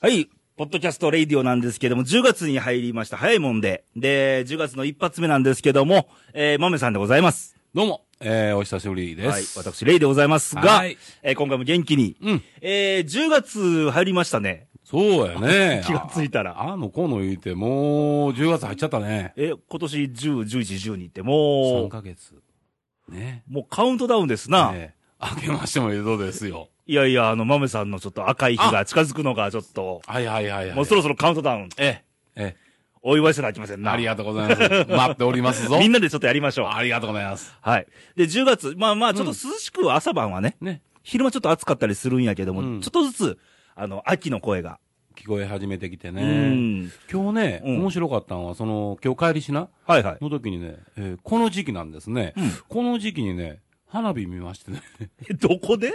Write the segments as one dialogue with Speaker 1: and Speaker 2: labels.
Speaker 1: はい。ポッドキャストレイディオなんですけども、10月に入りました。早いもんで。で、10月の一発目なんですけども、えー、豆さんでございます。
Speaker 2: どうも、えー、お久しぶりで
Speaker 1: はい。
Speaker 2: す。
Speaker 1: 私、レイでございますが
Speaker 2: はい、
Speaker 1: えー今回も元気に。
Speaker 2: うん
Speaker 1: えー、10月入りましたね。。
Speaker 2: そうやね
Speaker 1: 気がついたら
Speaker 2: ああ、もうこうの言うて、もう、10月入っちゃったね。
Speaker 1: えー、今年10、11、12って
Speaker 2: 3
Speaker 1: も
Speaker 2: ヶ月。ね。
Speaker 1: う、もうカウントダウンですな。
Speaker 2: ね明けましてもええどうですよ。
Speaker 1: いやいや、あの、豆さんのちょっと赤い日が近づくのがちょっと、
Speaker 2: はいはいはいはい。
Speaker 1: もうそろそろカウントダウン、
Speaker 2: ええ、え
Speaker 1: お祝いせなきゃいけません
Speaker 2: え、
Speaker 1: な。
Speaker 2: ありがとうござい ます。待っておりますぞ
Speaker 1: み。んなでちょっとやりましょう。
Speaker 2: ありがとうございます。
Speaker 1: はい。で、10月、まあまあ、ちょっと涼しくは朝晩はね、
Speaker 2: ね。
Speaker 1: 昼間ちょっと暑かったりするんやけども、
Speaker 2: うん
Speaker 1: ちょっとずつ、あの、秋の声が。
Speaker 2: 聞こえ始めてきて
Speaker 1: う
Speaker 2: ね。
Speaker 1: ん。
Speaker 2: 今日ね、
Speaker 1: うん
Speaker 2: 面白かったのは、その、今日帰りしな
Speaker 1: はいはい。
Speaker 2: の時にね、えーこの時期なんですね。この時期にね、花火見ましてね。
Speaker 1: えどこで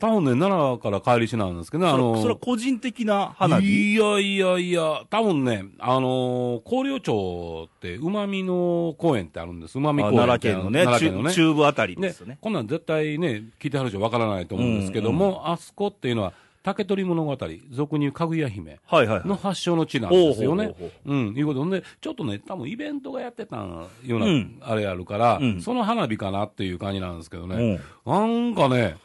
Speaker 2: 多分ね、奈良から帰りしなんですけどね、あ
Speaker 1: あの
Speaker 2: のー
Speaker 1: それは個人的な花火
Speaker 2: いやいやいや、多分ね、あのー、広陵町って、うまみの公園ってあるんです。うま
Speaker 1: あ
Speaker 2: み公園
Speaker 1: 奈良
Speaker 2: ってあ
Speaker 1: 県
Speaker 2: る
Speaker 1: のね
Speaker 2: 奈良県の
Speaker 1: 中、
Speaker 2: ね。
Speaker 1: 中部あたりで
Speaker 2: です
Speaker 1: よね。
Speaker 2: こんなん絶対ね、聞いてはる人わからないと思うんですけども、あそこっていうのは、竹取物語、俗に言うかぐや姫
Speaker 1: はいはいはい。
Speaker 2: の発祥の地なんですよ
Speaker 1: ほう
Speaker 2: ね
Speaker 1: ほうほう。
Speaker 2: うん、いうことで、ちょっとね、多分イベントがやってたような、
Speaker 1: うん
Speaker 2: あれあるから、
Speaker 1: うん
Speaker 2: その花火かなっていう感じなんですけど
Speaker 1: う
Speaker 2: ね。
Speaker 1: ん。
Speaker 2: なんかね、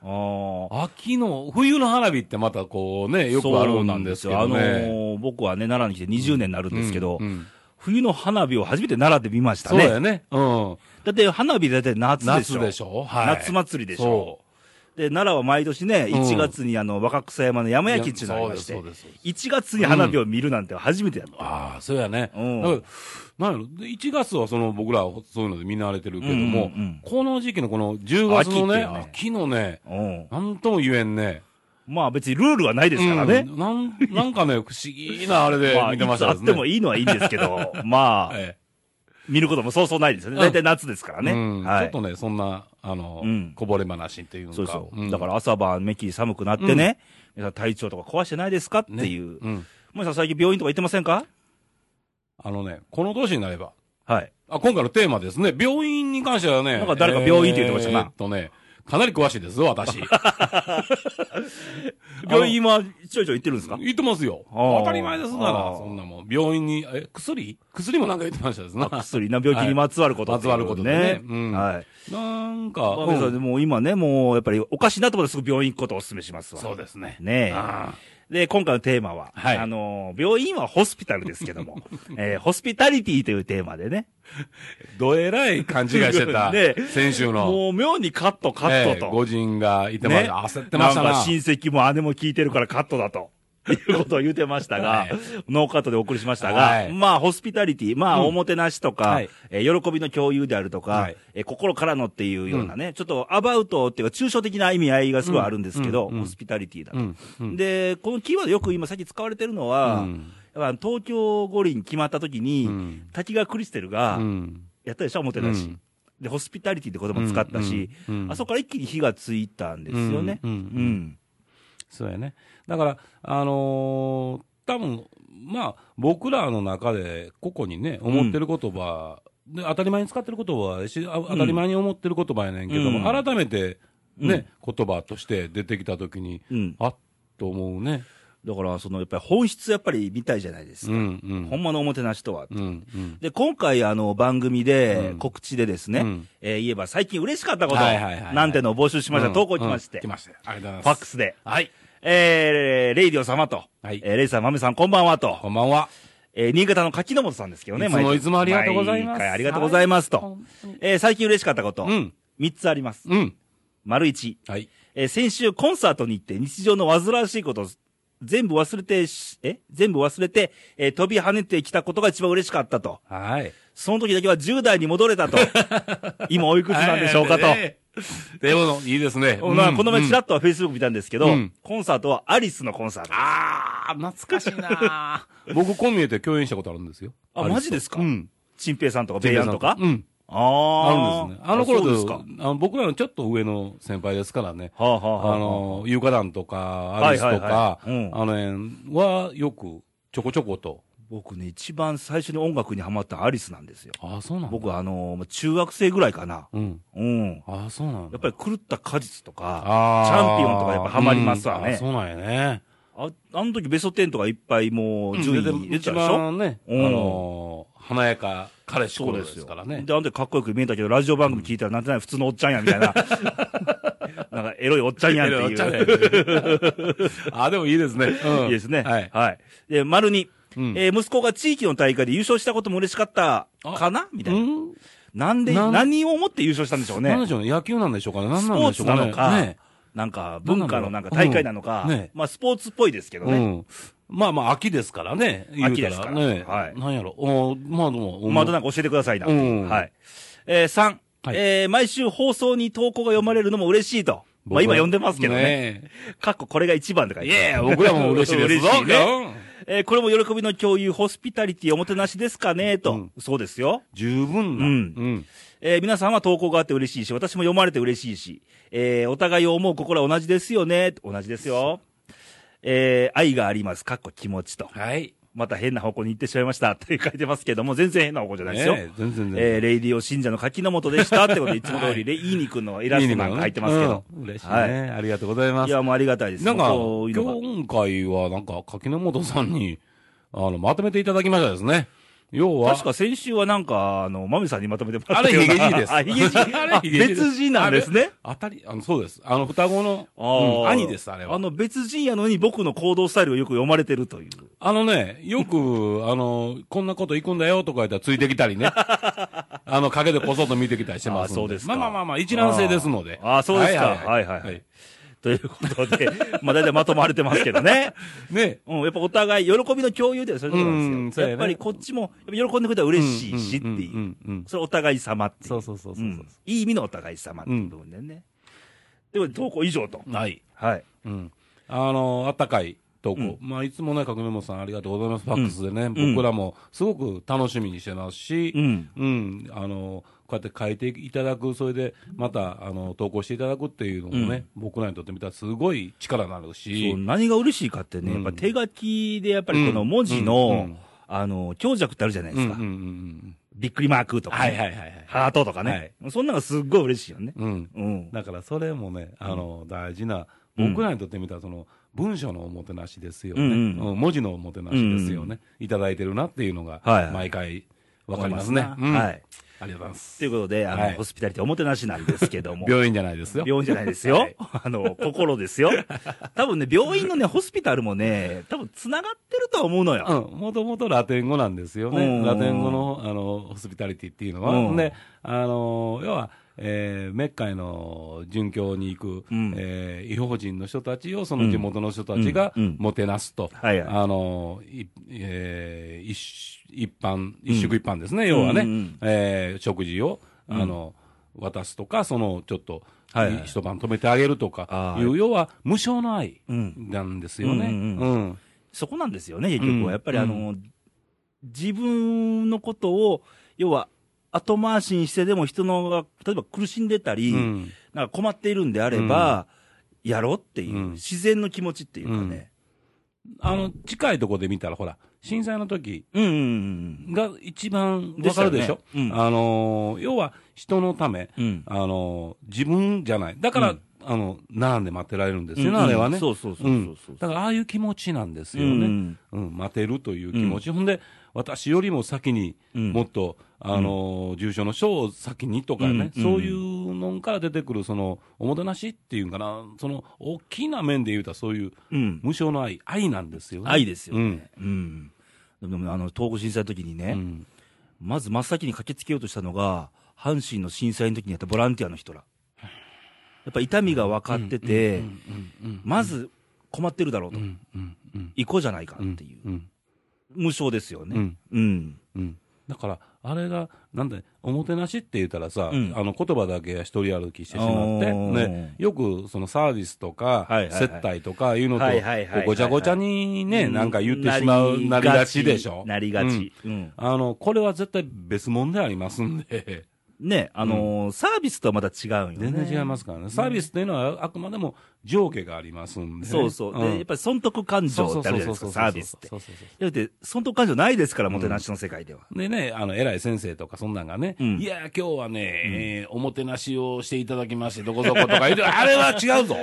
Speaker 1: ああ。
Speaker 2: 秋の、冬の花火ってまたこうね、よくあるんですけ
Speaker 1: そうな
Speaker 2: ど
Speaker 1: ん
Speaker 2: ね。
Speaker 1: ですよあのー僕はね、奈良に来て20年になるんですけど、
Speaker 2: うんうん
Speaker 1: 冬の花火を初めて奈良で見ました
Speaker 2: そうだ
Speaker 1: ね。
Speaker 2: よね。うん。
Speaker 1: だって花火だって夏でしょ。
Speaker 2: 夏でしょはい
Speaker 1: 夏祭りでしょ
Speaker 2: そ。
Speaker 1: で、奈良は毎年ね、
Speaker 2: ん
Speaker 1: 1月にあの、若草山の山焼きっていうのがありまして、
Speaker 2: いやそうですそうで
Speaker 1: 1月に花火を見るなんて初めてやった。
Speaker 2: ああ、そうやね。
Speaker 1: うん
Speaker 2: だからなんやろ、で1月はその僕らはそういうので見慣れてるけども、
Speaker 1: うんうんうん
Speaker 2: この時期のこの10月のね、
Speaker 1: 秋
Speaker 2: 秋のね、
Speaker 1: うん。
Speaker 2: なんとも言えんね。
Speaker 1: まあ別にルールはないですからね。
Speaker 2: うんなんなんかね、不思議なあれ で
Speaker 1: まあ、い
Speaker 2: 見
Speaker 1: つ
Speaker 2: てまし
Speaker 1: あ
Speaker 2: た
Speaker 1: っ
Speaker 2: ですね。
Speaker 1: てもいいのはいいんですけ ど、まあ、
Speaker 2: え
Speaker 1: 見ることもそうそうないですよね。
Speaker 2: うん
Speaker 1: 大体夏ですから
Speaker 2: え
Speaker 1: ね。
Speaker 2: うん
Speaker 1: は
Speaker 2: ちょ
Speaker 1: い
Speaker 2: っ。とね、そんな、あの、
Speaker 1: うん
Speaker 2: こぼれ話っていうのか。
Speaker 1: そうそう、
Speaker 2: ん
Speaker 1: だから朝晩めっきり寒くなってね、皆さん体調とか壊してないですかっていう。
Speaker 2: ねうん
Speaker 1: もさん最近病院とか行ってませんか
Speaker 2: あのね、この年になれば、
Speaker 1: はい。
Speaker 2: あ、今回のテーマですね。病院に関してはね。
Speaker 1: なんか誰か病院って言ってましたな
Speaker 2: えーっとね、かなり詳しいです、私。
Speaker 1: 病院今、ちょいちょい行ってるんですか
Speaker 2: 言ってますよ。
Speaker 1: あー
Speaker 2: 当たり前ですな
Speaker 1: あ
Speaker 2: ら、
Speaker 1: ー
Speaker 2: そんなもん。病院に、え、薬薬もなんか言ってましたですな。
Speaker 1: 薬な病気にまつわることっていう
Speaker 2: はいまつわることねうん
Speaker 1: はい。
Speaker 2: なんか、
Speaker 1: まあ、皆さん、
Speaker 2: うん
Speaker 1: でもう今ね、もうやっぱりおかしいなと思ったらすぐ病院行くことをお勧めしますわ。
Speaker 2: そうですね。
Speaker 1: ね
Speaker 2: あ
Speaker 1: え。で、今回のテーマは、
Speaker 2: はい
Speaker 1: あのー病院はホスピタルですけど も、えーホスピタリティというテーマでね、。
Speaker 2: ーどえらい勘違いして た
Speaker 1: ね
Speaker 2: 先週の。
Speaker 1: もう妙にカットカット
Speaker 2: えー
Speaker 1: と。
Speaker 2: ご人がいてました。焦ってました
Speaker 1: な
Speaker 2: な。
Speaker 1: んか親戚も姉も聞いてるからカットだ と。いうことを言ってましたが、
Speaker 2: はい
Speaker 1: ノーカットでお送りしましたが、
Speaker 2: はい
Speaker 1: まあ、ホスピタリティ、まあ、おもてなしとか、
Speaker 2: はい
Speaker 1: えー喜びの共有であるとか、
Speaker 2: はい
Speaker 1: えー心からのっていうようなね、ちょっとアバウトっていうか、抽象的な意味合いがすごいあるんですけど、
Speaker 2: うんうん
Speaker 1: ホスピタリティだと、
Speaker 2: うん。うん
Speaker 1: で、このキーワードよく今さっき使われてるのは、
Speaker 2: うん
Speaker 1: やっぱ東京五輪決まった時に、
Speaker 2: うん
Speaker 1: 滝川クリステルが
Speaker 2: う、ん
Speaker 1: やったでしょ、おもてなし。
Speaker 2: うん
Speaker 1: で、ホスピタリティって言葉も使ったし、
Speaker 2: うんうん
Speaker 1: あそこから一気に火がついたんですよね。
Speaker 2: うんうんうん
Speaker 1: うん
Speaker 2: そうやね。だから、あのー多分まあ、僕らの中で、個々にね、思ってる言葉、で当たり前に使ってる言葉やし、あ当たり前に思ってる言葉やねんけども、
Speaker 1: うん
Speaker 2: 改めて、ね、言葉として出てきたときに、
Speaker 1: うん
Speaker 2: あっと思うね。
Speaker 1: だから、その、やっぱり本質やっぱり見たいじゃないです
Speaker 2: う
Speaker 1: か。
Speaker 2: ん、うん。
Speaker 1: ほんまのおもてなしとは。
Speaker 2: うん、うん。
Speaker 1: で、今回、あの、番組で
Speaker 2: う、ん
Speaker 1: 告知でですね、
Speaker 2: うん
Speaker 1: えー言えば最近嬉しかったこと、
Speaker 2: はいはいはいはい
Speaker 1: なんてのを募集しました。
Speaker 2: うん
Speaker 1: 投稿来まして、
Speaker 2: うん来まして。ありがと
Speaker 1: ファ
Speaker 2: うございま
Speaker 1: ッ
Speaker 2: す。
Speaker 1: クスで、
Speaker 2: はい。
Speaker 1: えー、レイディオ様と、
Speaker 2: はい
Speaker 1: えーレイさん、マメさん、こんばんはと、
Speaker 2: こんばんは。
Speaker 1: えー新潟の柿本さんですけどね、
Speaker 2: いつも
Speaker 1: 毎回
Speaker 2: いつもありがとうございます
Speaker 1: 毎回ありがとうございます
Speaker 2: はい
Speaker 1: と。えー最近嬉しかったこと、
Speaker 2: うん。
Speaker 1: 3つあります。
Speaker 2: うん。
Speaker 1: 丸1、
Speaker 2: はい。
Speaker 1: えー先週コンサートに行って日常の煩わしいことを全部忘れてし、え全部忘れて、えー飛び跳ねてきたことが一番嬉しかったと。
Speaker 2: はい。
Speaker 1: その時だけは10代に戻れた と。今おいくつなんでしょうかと。
Speaker 2: ええ。でも、いいですね。
Speaker 1: まあこの前ちら
Speaker 2: っ
Speaker 1: っとは Facebook 見たんですけど、
Speaker 2: うん
Speaker 1: コンサートはアリスのコンサート。
Speaker 2: あー、懐かしいなー 僕、こう見えて共演したことあるんですよ。
Speaker 1: あ
Speaker 2: アリスと
Speaker 1: マジですか
Speaker 2: うん。
Speaker 1: チンペイさんとかベイヤンとか
Speaker 2: うん。
Speaker 1: あ
Speaker 2: あ
Speaker 1: あ
Speaker 2: るんですね。あの頃
Speaker 1: そう
Speaker 2: で
Speaker 1: ですす
Speaker 2: か
Speaker 1: か。。
Speaker 2: あの僕らのちょっと上の先輩ですからね。
Speaker 1: はあ、はあはあ、
Speaker 2: あの、ユカダンとか、アリスとか、
Speaker 1: はい
Speaker 2: あ
Speaker 1: はいはいうん
Speaker 2: の辺はよくちょこちょこと。
Speaker 1: 僕ね、一番最初に音楽にハマったアリスなんですよ。
Speaker 2: ああ、そうなんだ。
Speaker 1: 僕はあの、中学生ぐらいかな。
Speaker 2: うん。
Speaker 1: うん。
Speaker 2: ああ、そうなん
Speaker 1: や
Speaker 2: だ
Speaker 1: っ。ぱり狂った果実とか、
Speaker 2: あー
Speaker 1: チャンピオンとかやっぱハマりますわね
Speaker 2: うんあーそうなんやね。
Speaker 1: あ、あの時ベスト10とかいっぱいもう順位に出て
Speaker 2: 一
Speaker 1: たでしょ、
Speaker 2: 番ね、あ
Speaker 1: うん
Speaker 2: のー華やか彼氏頃ですからね。
Speaker 1: で、あの時かっこよく見えたけど、ラジオ番組聞いたらなんてない普通のおっちゃんや、みたい な。なんか、エロいおっちゃんやんっていう。
Speaker 2: あ、でもいいですね。うん
Speaker 1: いいですね。
Speaker 2: は
Speaker 1: はいい。。で、丸に、
Speaker 2: うん
Speaker 1: えー息子が地域の大会で優勝したことも嬉しかった
Speaker 2: あ
Speaker 1: かなみた
Speaker 2: う
Speaker 1: いな。
Speaker 2: ん
Speaker 1: なんで、
Speaker 2: なん
Speaker 1: 何を思って優勝したんでしょう
Speaker 2: なん
Speaker 1: ね
Speaker 2: で。しょうね。野球なんでしょうかね。何
Speaker 1: ス
Speaker 2: な
Speaker 1: ポ
Speaker 2: ん
Speaker 1: ー
Speaker 2: でし
Speaker 1: ツ
Speaker 2: ょう
Speaker 1: な
Speaker 2: かね。
Speaker 1: のか、
Speaker 2: ね
Speaker 1: なんか文化のなんか大会なのか、
Speaker 2: うんね
Speaker 1: まあスポーツっぽいですけど
Speaker 2: う
Speaker 1: ね。
Speaker 2: ん。まあまあ、秋ですからね。言うた
Speaker 1: 秋ですから
Speaker 2: ね。
Speaker 1: はい
Speaker 2: なんやろ。おーまあでも、おー
Speaker 1: またなんか教えてくださいなっていう
Speaker 2: うん
Speaker 1: はい。えー、3、
Speaker 2: はい
Speaker 1: えー毎週放送に投稿が読まれるのも嬉しいと。まあ今読んでますけどね。
Speaker 2: ね
Speaker 1: かっここれが一番とか
Speaker 2: え。
Speaker 1: 言
Speaker 2: い
Speaker 1: ってます
Speaker 2: や僕らも嬉しいですぞ。
Speaker 1: 嬉しいねえーこれも喜びの共有、ホスピタリティおもてなしですかねと、
Speaker 2: うん
Speaker 1: そうですよ。
Speaker 2: 十分な。
Speaker 1: うん
Speaker 2: うん。
Speaker 1: えー皆さんは投稿があって嬉しいし、私も読まれて嬉しいし、えーお互いを思う心は同じですよね同じですよ。えー愛があります。かっこ気持ちと。
Speaker 2: はい。
Speaker 1: また変な方向に行ってしまいました。 って書いてますけども、全然変な方向じゃないですよ。
Speaker 2: ねえ全然全然
Speaker 1: えーレイディオ信者の柿の本でしたってことで、いつも通り、レイーニ君のイラストなんか入ってますけど。
Speaker 2: うん嬉しいね。
Speaker 1: は
Speaker 2: ありがとうございま
Speaker 1: い
Speaker 2: す。
Speaker 1: や、もうありがたいです。
Speaker 2: なんか、
Speaker 1: そういうのが
Speaker 2: 今回はなんか、柿根本さんに、あの、まとめていただきましたですね。要は、
Speaker 1: 確か先週はなんか、あの、まみさんにまとめてもら
Speaker 2: あ
Speaker 1: った
Speaker 2: れ、
Speaker 1: よう
Speaker 2: ヒ
Speaker 1: な
Speaker 2: ゲじいです。
Speaker 1: あ、ヒゲじい。
Speaker 2: あれ
Speaker 1: あ、
Speaker 2: ヒゲじい
Speaker 1: 別人なんですね。。
Speaker 2: あれ当たり、あの、そうです。あの、双子の、
Speaker 1: あー
Speaker 2: うん兄です、あれは。
Speaker 1: あの、別人やのに僕の行動スタイルをよく読まれてるという。
Speaker 2: あのね、よく、 あの、こんなこと行くんだよとか言ったらついてきたりね。あの、陰でこそっと見てきたりしてますん
Speaker 1: あそうです
Speaker 2: ま
Speaker 1: か
Speaker 2: あまあまあまあ、一卵性ですので。
Speaker 1: あーあーそうですか
Speaker 2: はいは
Speaker 1: はいい
Speaker 2: は
Speaker 1: はいい。ということで、 まあ大体まとまれてますけどね。
Speaker 2: ね。
Speaker 1: うん、やっぱお互い喜びの共有ではそういうとこなん
Speaker 2: うん
Speaker 1: です
Speaker 2: そう
Speaker 1: よ。
Speaker 2: や
Speaker 1: やっ
Speaker 2: ね
Speaker 1: ぱりこっちもやっぱ喜んでくれたら嬉しいしってい
Speaker 2: うんうんうんうん
Speaker 1: う。それお互い様っていう。
Speaker 2: そうそうそうそうそうん
Speaker 1: いい意味のお互い様っていう部分でね。では、投稿以上と。
Speaker 2: はい。
Speaker 1: はい。
Speaker 2: うん。あの、あったかい投稿。まあ、いつもね、角根本さんありがとうございます。ファックスでね、
Speaker 1: ん
Speaker 2: 僕らもすごく楽しみにしてますし、
Speaker 1: うん。
Speaker 2: うん、あの、こうやって書いていただく、それで、また、あの、投稿していただくっていうのもね、僕らにとってみたらすごい力になるし、
Speaker 1: そう何が嬉しいかってね、
Speaker 2: うん
Speaker 1: やっぱ手書きでやっぱりこの文字
Speaker 2: う
Speaker 1: の、
Speaker 2: んうん
Speaker 1: あの、強弱ってあるじゃないですか。
Speaker 2: うんうんうん
Speaker 1: びっくりマークと
Speaker 2: うん。
Speaker 1: か、
Speaker 2: はいはいはいはい。
Speaker 1: ハートとかね。そんなのがすっごい嬉しいよね。
Speaker 2: うん。
Speaker 1: うん。
Speaker 2: だからそれもね、あの、大事な、
Speaker 1: うん
Speaker 2: 僕らにとってみたら、その、文章のおもてなしですよね。
Speaker 1: うんうん
Speaker 2: うん文字のおもてなしですよね。いただいてるなっていうのが
Speaker 1: はいは、い
Speaker 2: 毎回わかりますね。
Speaker 1: 思い
Speaker 2: うん
Speaker 1: はい。
Speaker 2: ありがとうございます。
Speaker 1: ということで、あの、
Speaker 2: はい
Speaker 1: ホスピタリティおもてなしなんですけども。
Speaker 2: 病院じゃないですよ。
Speaker 1: 病院じゃないですよ。
Speaker 2: はい
Speaker 1: あの、心ですよ。多分ね、病院のね、ホスピタルもね、多分繋がってるとは思うのよ。
Speaker 2: うん、もともとラテン語なんですよ
Speaker 1: う
Speaker 2: ね。
Speaker 1: ん
Speaker 2: ラテン語の、あの、ホスピタリティっていうのは。
Speaker 1: うん
Speaker 2: で、あの、要は、えーメッカへの殉教に行く、
Speaker 1: うん
Speaker 2: えー異邦人の人たちを、その地元の人たちが
Speaker 1: うんうん
Speaker 2: もてなすと。
Speaker 1: はいはい
Speaker 2: あの、いえー一一般、一食一般ですね、要はね、
Speaker 1: うんうん
Speaker 2: えー食事を、あの、渡すとか、その、ちょっと、
Speaker 1: はいはい
Speaker 2: 一晩止めてあげるとか
Speaker 1: あ、
Speaker 2: い
Speaker 1: ー
Speaker 2: う、要は、無償の愛
Speaker 1: うん
Speaker 2: なんですよね。
Speaker 1: うんうんう
Speaker 2: うん
Speaker 1: そこなんですよね、結局
Speaker 2: うん
Speaker 1: は。やっぱりあの、
Speaker 2: う
Speaker 1: 自分のことを、要は、後回しにしてでも人のが、例えば苦しんでたり、
Speaker 2: うん
Speaker 1: なんか困っているんであれば、やろうっていう、
Speaker 2: うん
Speaker 1: 自然の気持ちっていうかね。
Speaker 2: あの、近いとこで見たら、ほら、震災の時
Speaker 1: うん、うん、うん
Speaker 2: が一番わかる
Speaker 1: で
Speaker 2: でしょ
Speaker 1: したよねうん
Speaker 2: あのー、要は人のため、
Speaker 1: うん。うん。
Speaker 2: あのー、自分じゃない。だから、
Speaker 1: うん
Speaker 2: あの、並んで待ってられるんです
Speaker 1: う
Speaker 2: よ
Speaker 1: ん
Speaker 2: ね、
Speaker 1: うん
Speaker 2: あれはね。
Speaker 1: そうそうそう
Speaker 2: う
Speaker 1: そ
Speaker 2: ん
Speaker 1: うそう。
Speaker 2: だから、ああいう気持ちなんですよ
Speaker 1: う
Speaker 2: ね
Speaker 1: ん。
Speaker 2: うん、待てるという気持ち。ほんで、私よりも先に、
Speaker 1: うん
Speaker 2: もっと、あのー、重症の人を先にとかね、
Speaker 1: うん
Speaker 2: そういうのから出てくる、その、おもてなしっていうんかな、その、大きな面で言うたら、そういう、
Speaker 1: うん。
Speaker 2: 無償の愛、愛なんですよね。
Speaker 1: 愛ですよ
Speaker 2: う
Speaker 1: ね。
Speaker 2: ん。
Speaker 1: うん。でも、あの、東北震災の時にね、
Speaker 2: うん
Speaker 1: まず真っ先に駆けつけようとしたのが、阪神の震災の時にやったボランティアの人ら。やっぱ痛みが分かってて、まず困ってるだろうと。行こうじゃないかっていう。無償ですよね。うん。
Speaker 2: だから、あれが、なんで、おもてなしって言ったらさ、
Speaker 1: うん
Speaker 2: あの言葉だけは一人歩きしてしまって、
Speaker 1: おー
Speaker 2: ね、よくそのサービスとか、
Speaker 1: はいはいはい
Speaker 2: 接待とかいうのと、
Speaker 1: はいはいはいはい
Speaker 2: こうごちゃごちゃにね、
Speaker 1: う
Speaker 2: なんか言ってしまう、なりがちでしょ。
Speaker 1: なりが
Speaker 2: うん
Speaker 1: ち。うん。
Speaker 2: あの、これは絶対別物でありますんで、
Speaker 1: ね、あのーサービスとはまた違うんよね。
Speaker 2: 全然違いますからね。サービスというのはあくまでも上下がありますんでね、
Speaker 1: そうそう。で、やっぱり損得感情ってあるじゃないですか、サービスって。
Speaker 2: そうそうそう
Speaker 1: だって、損得感情ないですから、もてなしの世界では。
Speaker 2: でね、あの、偉い先生とかそんなんがね、
Speaker 1: ん
Speaker 2: いや、今日はね、えーおもてなしをしていただきまして、どこどことか 言うて、あれは違うぞ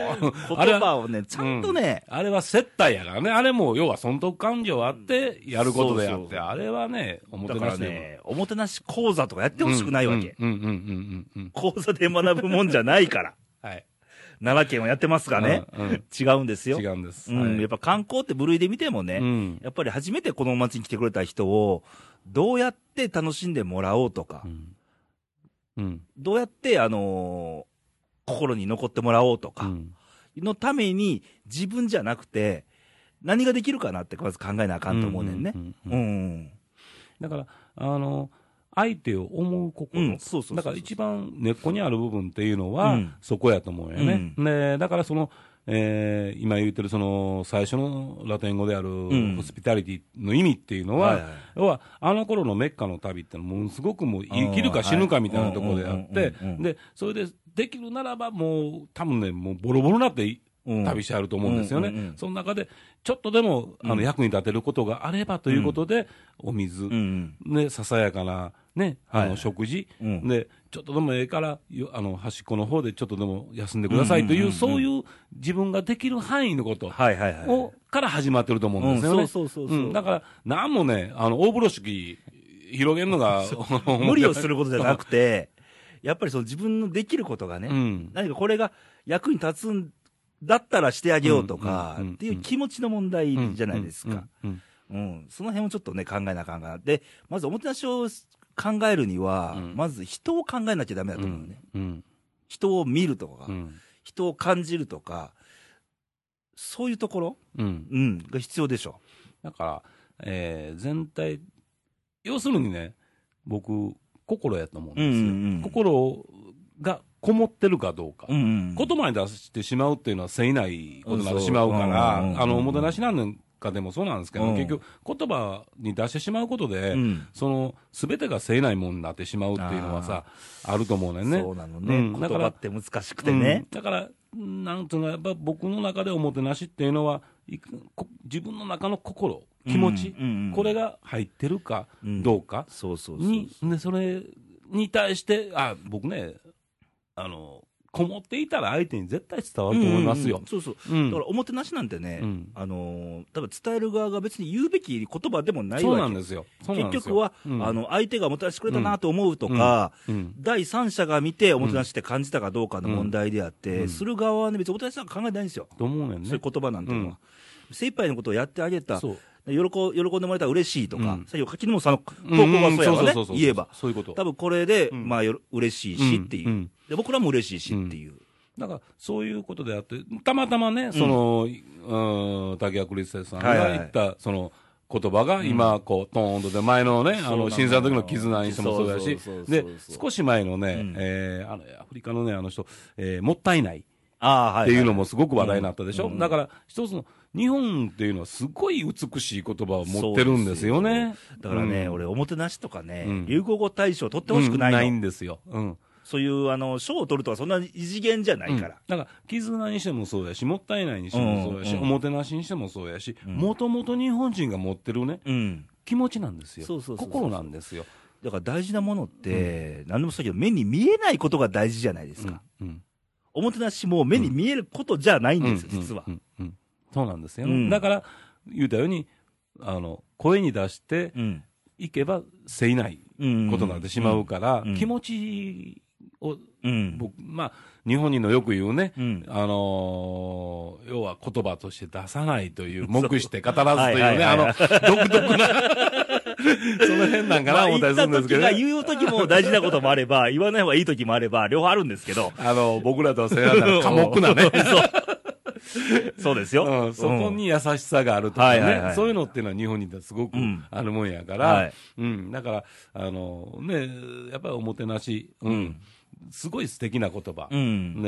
Speaker 2: あれ
Speaker 1: 言
Speaker 2: は、
Speaker 1: 葉をね、ちゃんとね、
Speaker 2: あれは接待やからね、あれも要は損得感情あって、やることであって、
Speaker 1: そうそう
Speaker 2: あれはね、おもて
Speaker 1: だか
Speaker 2: な
Speaker 1: ら
Speaker 2: しで
Speaker 1: ね、おもてなし講座とかやってほしくないわけ。
Speaker 2: うんうんうんうんうんうん。
Speaker 1: 講座で学ぶもんじゃない から。
Speaker 2: はい。
Speaker 1: 奈良県はやってますがね、
Speaker 2: うんうん
Speaker 1: 違うんですよ。
Speaker 2: 違うんです。
Speaker 1: う
Speaker 2: は
Speaker 1: ん、
Speaker 2: い
Speaker 1: やっぱ観光って部類で見てもね、
Speaker 2: うん
Speaker 1: やっぱり初めてこの街に来てくれた人を、どうやって楽しんでもらおうとか、
Speaker 2: うんうん
Speaker 1: どうやって、あのー心に残ってもらおうと
Speaker 2: う
Speaker 1: か、
Speaker 2: ん
Speaker 1: のために自分じゃなくて、何ができるかなってまず考えなあかんと思うねんね
Speaker 2: う。んうん
Speaker 1: う
Speaker 2: うん
Speaker 1: ん。
Speaker 2: だから、あの、相手を思う
Speaker 1: う
Speaker 2: 心
Speaker 1: ん、そうそうそうそう。
Speaker 2: だから一番根っこにある部分っていうのは、
Speaker 1: うん
Speaker 2: そこやと思うよね。でだからその、えー今言ってるその最初のラテン語である
Speaker 1: ん
Speaker 2: ホスピタリティの意味っていうのは、
Speaker 1: はいはい
Speaker 2: 要はあの頃のメッカの旅ってのはものすごくもう生きるか死ぬかみたいなところであっ
Speaker 1: はい
Speaker 2: て
Speaker 1: うんうんうんうん、
Speaker 2: で、それでできるならばもう多分ね、もうボロボロになって
Speaker 1: うん
Speaker 2: 旅してあると思うんですよね。
Speaker 1: うんうんうん
Speaker 2: その中で、ちょっとでもあの役に立てることがあればということで、お水、
Speaker 1: うん
Speaker 2: ね、ささやかな、ね、あの食事、
Speaker 1: うん
Speaker 2: で、ちょっとでもええから、よあの端っこの方でちょっとでも休んでくださいという、そういう自分ができる範囲のこと
Speaker 1: うん。
Speaker 2: を、
Speaker 1: はいはいはい。
Speaker 2: から始まってると思うんですよね。
Speaker 1: うんそうそうそうそうん
Speaker 2: だから、なんもね、あの大風呂敷広げるのが、
Speaker 1: 無理をすることじゃなくて、 やっぱりその自分のできることがね、
Speaker 2: うん
Speaker 1: 何かこれが役に立つんだったらしてあげようとか、
Speaker 2: うんうんうんうん
Speaker 1: っていう気持ちの問題じゃないですか。。
Speaker 2: うんうん
Speaker 1: うんその辺をちょっとね、考えなあかんかな。で、まずおもてなしを考えるには、
Speaker 2: うん
Speaker 1: まず人を考えなきゃダメだ
Speaker 2: う
Speaker 1: と思うね。
Speaker 2: んうん
Speaker 1: 人を見るとか、
Speaker 2: うん
Speaker 1: 人を感じるとか、そういうところ、
Speaker 2: うん
Speaker 1: うん、が必要でしょ。
Speaker 2: だから、えー全体、要するにね、僕、心やと思うんですよ。
Speaker 1: うんうんうん
Speaker 2: 心がこもってるかどうか。
Speaker 1: うんうん
Speaker 2: 言葉に出してしまうっていうのはせいないことになっ
Speaker 1: うん
Speaker 2: て
Speaker 1: そう
Speaker 2: しまうか
Speaker 1: う
Speaker 2: ら、
Speaker 1: んうんうん
Speaker 2: あの、おもてなしなんかでもそうなんですけど、
Speaker 1: うん
Speaker 2: 結局、言葉に出してしまうことで、
Speaker 1: うん
Speaker 2: その、すべてがせいないものになってしまうっていうのはさ、あると思うねんね。
Speaker 1: そうなのね、
Speaker 2: うん
Speaker 1: 言
Speaker 2: だか
Speaker 1: 葉
Speaker 2: ら
Speaker 1: って難しくてね。
Speaker 2: うんだから、なんつうの、やっぱ僕の中でおもてなしっていうのは、いくこ自分の中の心、気持ち、
Speaker 1: うんうんうん
Speaker 2: これが入ってるか
Speaker 1: うん
Speaker 2: どうか
Speaker 1: そうそうそう
Speaker 2: に、でそれに対して、あ僕ねあの、こもっていたら相手に絶対伝わると思います
Speaker 1: うん
Speaker 2: よ
Speaker 1: うん。そうそう、
Speaker 2: うん
Speaker 1: だからおもてなしなんてね、
Speaker 2: うん
Speaker 1: あのー多分伝える側が別に言うべき言葉でもない
Speaker 2: そう
Speaker 1: わ
Speaker 2: な
Speaker 1: け
Speaker 2: ん
Speaker 1: で
Speaker 2: ですすよ。そうな
Speaker 1: 結
Speaker 2: んです
Speaker 1: 局
Speaker 2: よ
Speaker 1: は、
Speaker 2: うん
Speaker 1: あの相手がおもてなしてくれたなと思うとか、
Speaker 2: うん
Speaker 1: 第三者が見ておもてなしって感じたかどうかの問題であって、
Speaker 2: うん
Speaker 1: する側はね、別におもてなしなんか考えてないんですよ、
Speaker 2: と思うねん
Speaker 1: そうい
Speaker 2: ね
Speaker 1: う。言葉なんていうのは。精一杯のことをやってあげた、喜
Speaker 2: そう
Speaker 1: 喜んでもらえたら嬉しいとか、
Speaker 2: うん
Speaker 1: さっき柿沼さんの投
Speaker 2: うん
Speaker 1: 稿がそうやわ
Speaker 2: ん
Speaker 1: ね
Speaker 2: そそ、そ
Speaker 1: 言えば、
Speaker 2: そういうこと。
Speaker 1: 多分これで、
Speaker 2: ん
Speaker 1: まあよろ嬉しいしっていう、
Speaker 2: うんうん
Speaker 1: で、僕らも嬉しいしっていう、
Speaker 2: だからそういうことであって、たまたまね、その、うん、竹谷クリステルさん
Speaker 1: はいは
Speaker 2: が
Speaker 1: いはい
Speaker 2: 言った、その、言葉が今、こう、トーンとで、前のね、あ
Speaker 1: そうなの
Speaker 2: の、震災の時の絆にしてもそうだし
Speaker 1: そうそう、そう
Speaker 2: で
Speaker 1: そう、そう
Speaker 2: 少し前の
Speaker 1: ん
Speaker 2: ね、えーあの、アフリカのね、あの人、えーもったいないっ
Speaker 1: ああは
Speaker 2: ていうの
Speaker 1: も
Speaker 2: もすごく話題になったでし
Speaker 1: う
Speaker 2: ょ
Speaker 1: んうん
Speaker 2: だから、一つの、日本っていうのはすごい美しい言葉を持ってるんですよね
Speaker 1: そうですよ。だからね、
Speaker 2: うん、
Speaker 1: 俺、おもてなしとかね、
Speaker 2: うん
Speaker 1: 流行語大賞取ってほしくない
Speaker 2: うん
Speaker 1: の、
Speaker 2: ないんですよ。うん。
Speaker 1: そういうあの賞を取るとか、そんな異次元じゃないから、
Speaker 2: うんだから、絆にしてもそうやし、もったいないにしてもそうやし、
Speaker 1: うんうん
Speaker 2: おもてなしにしてもそうやし、もともと日本人が持ってるね、
Speaker 1: うん、
Speaker 2: 気持ちなんですよ。
Speaker 1: そうそうそうそう
Speaker 2: 心なんですよ。
Speaker 1: だから大事なものって、何でもそうだけど、目に見えないことが大事じゃないですか、
Speaker 2: うん。
Speaker 1: おもてなしも目に見えることじゃないんですよ、
Speaker 2: うん
Speaker 1: 実は。
Speaker 2: うんうんそうなんですよね、
Speaker 1: うん
Speaker 2: だから、言うたように、あの、声に出して
Speaker 1: うん
Speaker 2: いけば、せいない
Speaker 1: うん
Speaker 2: ことになってしまうから、
Speaker 1: うん
Speaker 2: 気持ちを、
Speaker 1: うん
Speaker 2: 僕、まあ、日本人のよく言うね、
Speaker 1: うん
Speaker 2: あのー要は言葉として出さない という、黙して語らずとい
Speaker 1: は
Speaker 2: う
Speaker 1: いはい
Speaker 2: ね、
Speaker 1: は
Speaker 2: あ
Speaker 1: い
Speaker 2: の、独 特な、その辺なんか
Speaker 1: ま
Speaker 2: な
Speaker 1: あ
Speaker 2: 思った
Speaker 1: 言っ
Speaker 2: りする
Speaker 1: た
Speaker 2: んですけ
Speaker 1: 時
Speaker 2: ど
Speaker 1: が
Speaker 2: ね。
Speaker 1: 言う時も大事なこともあれ ば、言わない方がいい時もあれば、両方あるんですけど、
Speaker 2: あの、僕らとはせらな寡 黙なね。
Speaker 1: そうですよ。
Speaker 2: うん、そこに優しさがあると
Speaker 1: は
Speaker 2: か
Speaker 1: いはいは
Speaker 2: ね
Speaker 1: い、
Speaker 2: そういうのっていうのは日本にすごく
Speaker 1: うん
Speaker 2: あるもんやか
Speaker 1: はい
Speaker 2: ら、うん、だから、あの、ね、やっぱりおもてなし、うん、すごい素敵な言葉
Speaker 1: う。ん、
Speaker 2: ね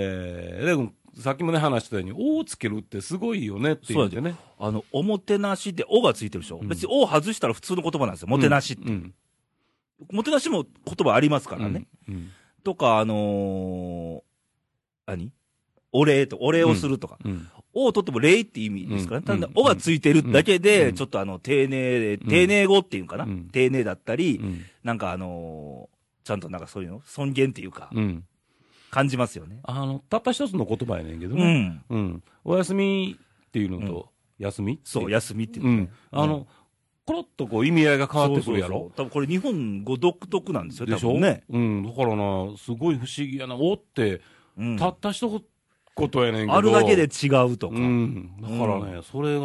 Speaker 2: でもさっきもね話したように、おをつけるってすごいよねっていうんでね。
Speaker 1: あの、おもてなしで、おがついてるでしょ、別におを外したら普通の言葉なんですよ、もてなしって。
Speaker 2: うん
Speaker 1: もてなしも言葉ありますからね。
Speaker 2: うん。
Speaker 1: とか、あのー何お礼と、お礼をするとか。
Speaker 2: うん。
Speaker 1: おを取っても礼って意味ですからね。
Speaker 2: う
Speaker 1: た
Speaker 2: ん
Speaker 1: だ、おがついてるだけ
Speaker 2: う
Speaker 1: で、
Speaker 2: ん
Speaker 1: ちょっとあの、丁寧で、丁寧語っていうのかな、
Speaker 2: うん
Speaker 1: 丁寧だったり、
Speaker 2: うん。
Speaker 1: なんかあのーちゃんとなんかそういうの、尊厳っていうか、
Speaker 2: うん。
Speaker 1: 感じますよね。
Speaker 2: あの、たった一つの言葉やねんけど
Speaker 1: う
Speaker 2: ね。
Speaker 1: ん。
Speaker 2: うん。お休みっていうのと、休みってい
Speaker 1: そう、休みっていう
Speaker 2: う
Speaker 1: のね
Speaker 2: ん。あの、コロッとこう意味合いが変わってくるやろ。
Speaker 1: そうそうそう多分これ日本語独特なんですよ、
Speaker 2: でし
Speaker 1: 多
Speaker 2: ょ
Speaker 1: 分ね。
Speaker 2: うん。だからな、すごい不思議やな。おって、
Speaker 1: うん
Speaker 2: たった一言やねんけど。
Speaker 1: あるだけで違うとか。
Speaker 2: うん、だからね、それが、あ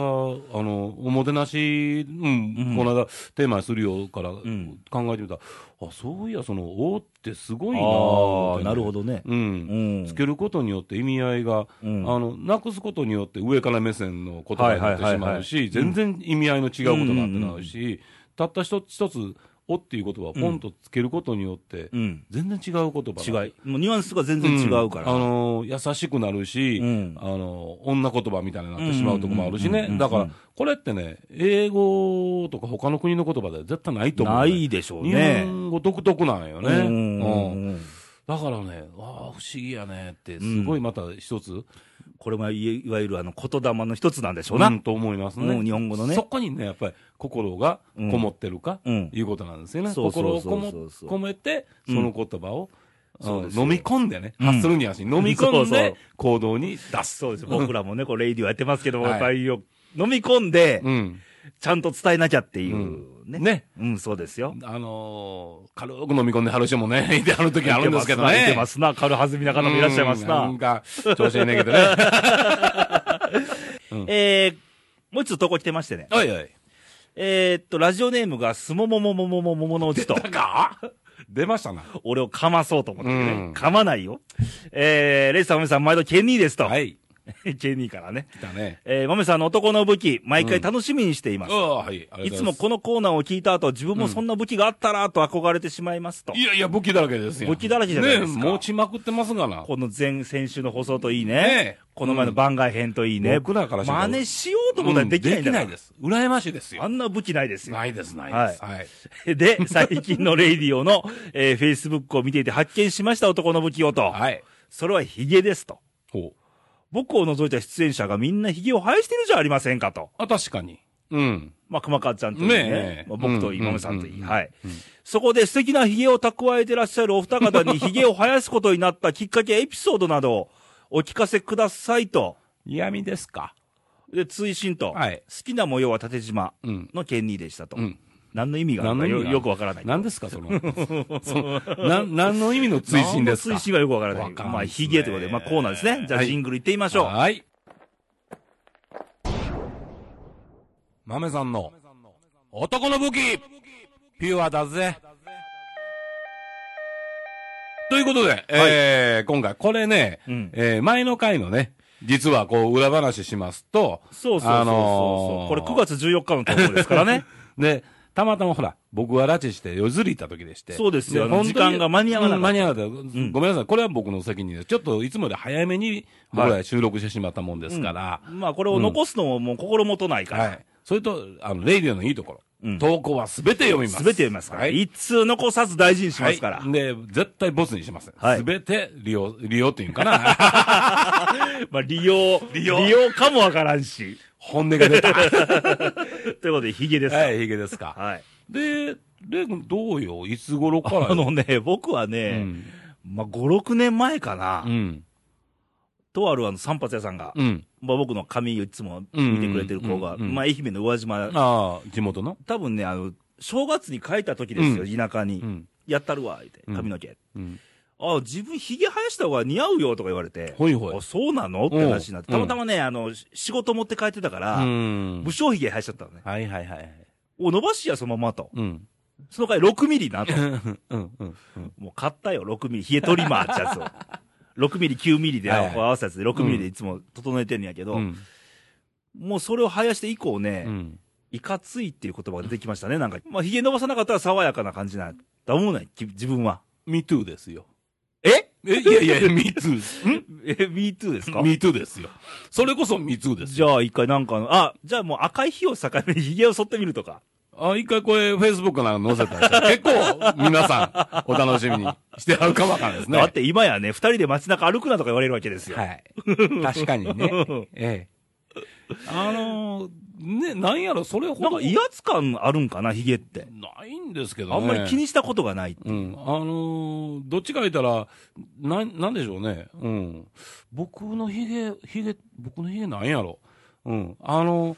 Speaker 2: の、おもてなし、うん、この間、テーマにするよから考
Speaker 1: ん
Speaker 2: えてみたら、あ、そういや、その、おってすごいな
Speaker 1: ああ、なるほ
Speaker 2: ど。
Speaker 1: どね。
Speaker 2: う。
Speaker 1: うんん
Speaker 2: つ。けることによって意味合いが、
Speaker 1: うん
Speaker 2: あの、なくすことによって上から目線の言葉になって
Speaker 1: はいはいはいはい
Speaker 2: しまうし、全然意味合いの違うことなんてなるし、たった一つ一つ、おっていう言葉をポンとつけることによって、
Speaker 1: うん。
Speaker 2: 全然違う言葉
Speaker 1: 違い
Speaker 2: が。
Speaker 1: もうニュアンスが全然違うから。
Speaker 2: んあのー優しくなるし、
Speaker 1: うん
Speaker 2: あのー女言葉みたいになってしまうとこもあるし
Speaker 1: うんうんうんう
Speaker 2: ね
Speaker 1: んう、ん
Speaker 2: だから、これってね、英語とか他の国の言葉では絶対ないと思う、
Speaker 1: な
Speaker 2: ね。
Speaker 1: いでしょう
Speaker 2: 日
Speaker 1: ね。
Speaker 2: 本語独特なんよね。
Speaker 1: う
Speaker 2: うん
Speaker 1: ん
Speaker 2: だからね、わあ、不思議やねって、すごいまた一つ、うん、
Speaker 1: これがいいわゆるあの言霊の一つなんでしょうな。うん。
Speaker 2: と思います
Speaker 1: う
Speaker 2: ね。
Speaker 1: ん日本語のね
Speaker 2: そこにね、やっぱり心がこもってるか、いうことなんですよね。
Speaker 1: そうそう
Speaker 2: 心
Speaker 1: そう
Speaker 2: を
Speaker 1: そ
Speaker 2: こ
Speaker 1: う
Speaker 2: も込めて、その言葉を、あ
Speaker 1: そう
Speaker 2: の
Speaker 1: ですよ
Speaker 2: 飲み込んでね、
Speaker 1: うん
Speaker 2: 発するにはし、飲み
Speaker 1: そ
Speaker 2: 込
Speaker 1: うんそう
Speaker 2: で行動に出す。
Speaker 1: そうです。僕らもね、こう、レイディオやってますけども、
Speaker 2: はい
Speaker 1: やっぱりよ飲み込んで
Speaker 2: う、ん。
Speaker 1: ちゃんと伝えなきゃっていうね。
Speaker 2: ね。
Speaker 1: うん、そうですよ。
Speaker 2: あのー軽く飲み込んではる人もね、 いてはる時あるんですけど
Speaker 1: い
Speaker 2: ね。
Speaker 1: てますな。軽はずみな方もいらっしゃいます
Speaker 2: うん
Speaker 1: な。
Speaker 2: なんか、調子ええねんけどね。
Speaker 1: えー、もう一つ投稿来てましてね。
Speaker 2: おいおい。
Speaker 1: えー、っと、ラジオネームがすもももももももものうちと。
Speaker 2: なんか、出 ましたな。
Speaker 1: 俺をかまそうと思ってね。
Speaker 2: うん
Speaker 1: かまないよ。えー、レイさん、マメさん、毎度ケニーですと。
Speaker 2: はい。
Speaker 1: ケニーからね。
Speaker 2: 来たね。
Speaker 1: えー、マメさんの男の武器、毎回楽しみにしていま
Speaker 2: あ
Speaker 1: す。
Speaker 2: あ、はい。あり
Speaker 1: い
Speaker 2: が
Speaker 1: つ
Speaker 2: とうご
Speaker 1: も
Speaker 2: ざい
Speaker 1: このコーナーを聞いた後、自分もそんな武器があったらと憧れてしまいますと。
Speaker 2: ます。いやいや、武器だらけですよ。
Speaker 1: 武器だらけじゃないですか
Speaker 2: ね持ちまくってますがな。
Speaker 1: この前、先週の放送といいね。
Speaker 2: ねえ
Speaker 1: この前の番外編といいね。
Speaker 2: 僕らからしたら
Speaker 1: 真似しようと思ったらできないんだ
Speaker 2: うんでき
Speaker 1: から
Speaker 2: ないです。羨ましいです
Speaker 1: あ
Speaker 2: よ。
Speaker 1: んな武器ないですよ。
Speaker 2: ないです、ないです。はい。
Speaker 1: で、最近のレイディオの、えー、Facebook を見ていて発見しました男の武器をと。
Speaker 2: はい。
Speaker 1: それはヒゲですと。
Speaker 2: ほう。
Speaker 1: 僕を除いた出演者がみんなヒゲを生やしてるじゃありませんかと。
Speaker 2: あ、確かに。うん。
Speaker 1: まあ、熊川ちゃんといいね。
Speaker 2: ねえ
Speaker 1: まあ、僕と今村さんと
Speaker 2: うん
Speaker 1: い
Speaker 2: う
Speaker 1: い。
Speaker 2: んうんうん
Speaker 1: はい。そこで素敵なヒゲを蓄えてらっしゃるお二方にヒゲを生やすことになったきっかけ、エピソードなどをお聞かせくださいと。
Speaker 2: 嫌味ですか。
Speaker 1: で、追伸と。
Speaker 2: はい
Speaker 1: 好きな模様は縦縞
Speaker 2: うん。
Speaker 1: のケンニーでしたと。
Speaker 2: うん。
Speaker 1: 何の意味があるの
Speaker 2: 何
Speaker 1: か
Speaker 2: の意味
Speaker 1: よ
Speaker 2: がある
Speaker 1: よくわからない。
Speaker 2: 何ですか、その。そのなん何の意味の追伸ですか
Speaker 1: 推進はよくわからな
Speaker 2: わ
Speaker 1: い。
Speaker 2: かんないです
Speaker 1: まあ、ヒ
Speaker 2: ね
Speaker 1: ゲということで、まあ、コーナーですね。じゃあ、
Speaker 2: はい
Speaker 1: ジングルいってみましょう。
Speaker 2: はい。豆さんの男の武器ピュアだぜ。ということで、えー今回、これね、
Speaker 1: うん
Speaker 2: えー前の回のね、実はこう、裏話しますと、
Speaker 1: そうそうそうそう、
Speaker 2: あのー
Speaker 1: これ9月14日の投稿ですから ね。
Speaker 2: で、たまたまほら、僕が拉致して、夜釣り行った時でして。
Speaker 1: そうですよあの
Speaker 2: 本当に
Speaker 1: 時間が間に合わなかった
Speaker 2: うん間に合わなかったごめんなさい。これは僕の責任です。ちょっといつもより早めに僕ら収録してしまったもんですから。
Speaker 1: まあ、これを残すのももう心もとないか
Speaker 2: はい。
Speaker 1: ら。
Speaker 2: それと、あの、レイディオのいいところ。
Speaker 1: うん
Speaker 2: 投稿はすべて読みます。
Speaker 1: すべ、て読みますから。
Speaker 2: はい。
Speaker 1: 一通残さず大事にしますから。
Speaker 2: はいで、絶対ボスにしません。
Speaker 1: はい
Speaker 2: すべて利用、利用っていうんかな。
Speaker 1: まあ、利用、利用かもわからんし。
Speaker 2: 本音が出た。 は
Speaker 1: ということで、ヒゲですか。はい。
Speaker 2: い、ヒゲですか。で、レイ君どうよいつ頃からよ
Speaker 1: あのね、僕は
Speaker 2: う
Speaker 1: ね、
Speaker 2: ん。
Speaker 1: まあ、5、6年前かな。
Speaker 2: うん。
Speaker 1: とあるあの、散髪屋さんが、
Speaker 2: うん。
Speaker 1: まあ、僕の髪いつも見てくれてる子が、
Speaker 2: うんうんうんうん
Speaker 1: まあ、愛媛の宇和島、
Speaker 2: ああ、地元の
Speaker 1: 多分ね、あの、正月に帰った時ですよ、
Speaker 2: う
Speaker 1: 田舎に。
Speaker 2: うん。
Speaker 1: やったるわ、言って、
Speaker 2: ん
Speaker 1: 髪の毛。
Speaker 2: うん。
Speaker 1: あ、自分ヒゲ生やした方が似合うよとか言われて。
Speaker 2: ほいほい
Speaker 1: あそうなのって話になって。た
Speaker 2: うん
Speaker 1: またまね、あの、し仕事持って帰ってたから、
Speaker 2: うん
Speaker 1: 無償ヒゲ生やしちゃったのね。
Speaker 2: はいはいはい。
Speaker 1: お、伸ばしや、そのままと。
Speaker 2: うん。
Speaker 1: その回6ミリなと。
Speaker 2: うんうんうん。
Speaker 1: もう買ったよ、6ミリ。ヒゲトリマーってやつ を。6ミリ、9ミリで
Speaker 2: は
Speaker 1: 合
Speaker 2: いはい
Speaker 1: わせたやつで、6ミリでいつも整えてんやけど、
Speaker 2: うん。
Speaker 1: もうそれを生やして以降ね、
Speaker 2: うん。
Speaker 1: いかついっていう言葉が出てきましたね、なんか。まあ、ヒゲ伸ばさなかったら爽やかな感じな、だもんない、き自分は。
Speaker 2: Me too ですよ。
Speaker 1: え
Speaker 2: え、いやいや、Me too。ん
Speaker 1: え、Me too ですか
Speaker 2: ?Me too ですよ。それこそ Me too です
Speaker 1: じ
Speaker 2: よ。
Speaker 1: ゃあ一回なんかあの、あ、じゃあもう赤い日を境目に髭を剃ってみるとか。
Speaker 2: ああ、一回これ、フェイスブックなんか載せた りして、結構、皆さん、お楽しみにしてはるかもわかんないですね。
Speaker 1: だって今やね、二人で街中歩くなとか言われるわけですよ。
Speaker 3: はい。確かにね。 え
Speaker 2: あのーね、なんやろ、それほ
Speaker 1: な
Speaker 2: ど
Speaker 1: んか威圧感あるんかな、ヒゲって。
Speaker 2: ないんですけどね。
Speaker 1: あんまり気にしたことがない。
Speaker 2: うん、あのーどっちか言ったら、な、なんでしょうね。うん。僕のヒゲ、ヒゲ、僕のヒゲなんやろ。うん。あのー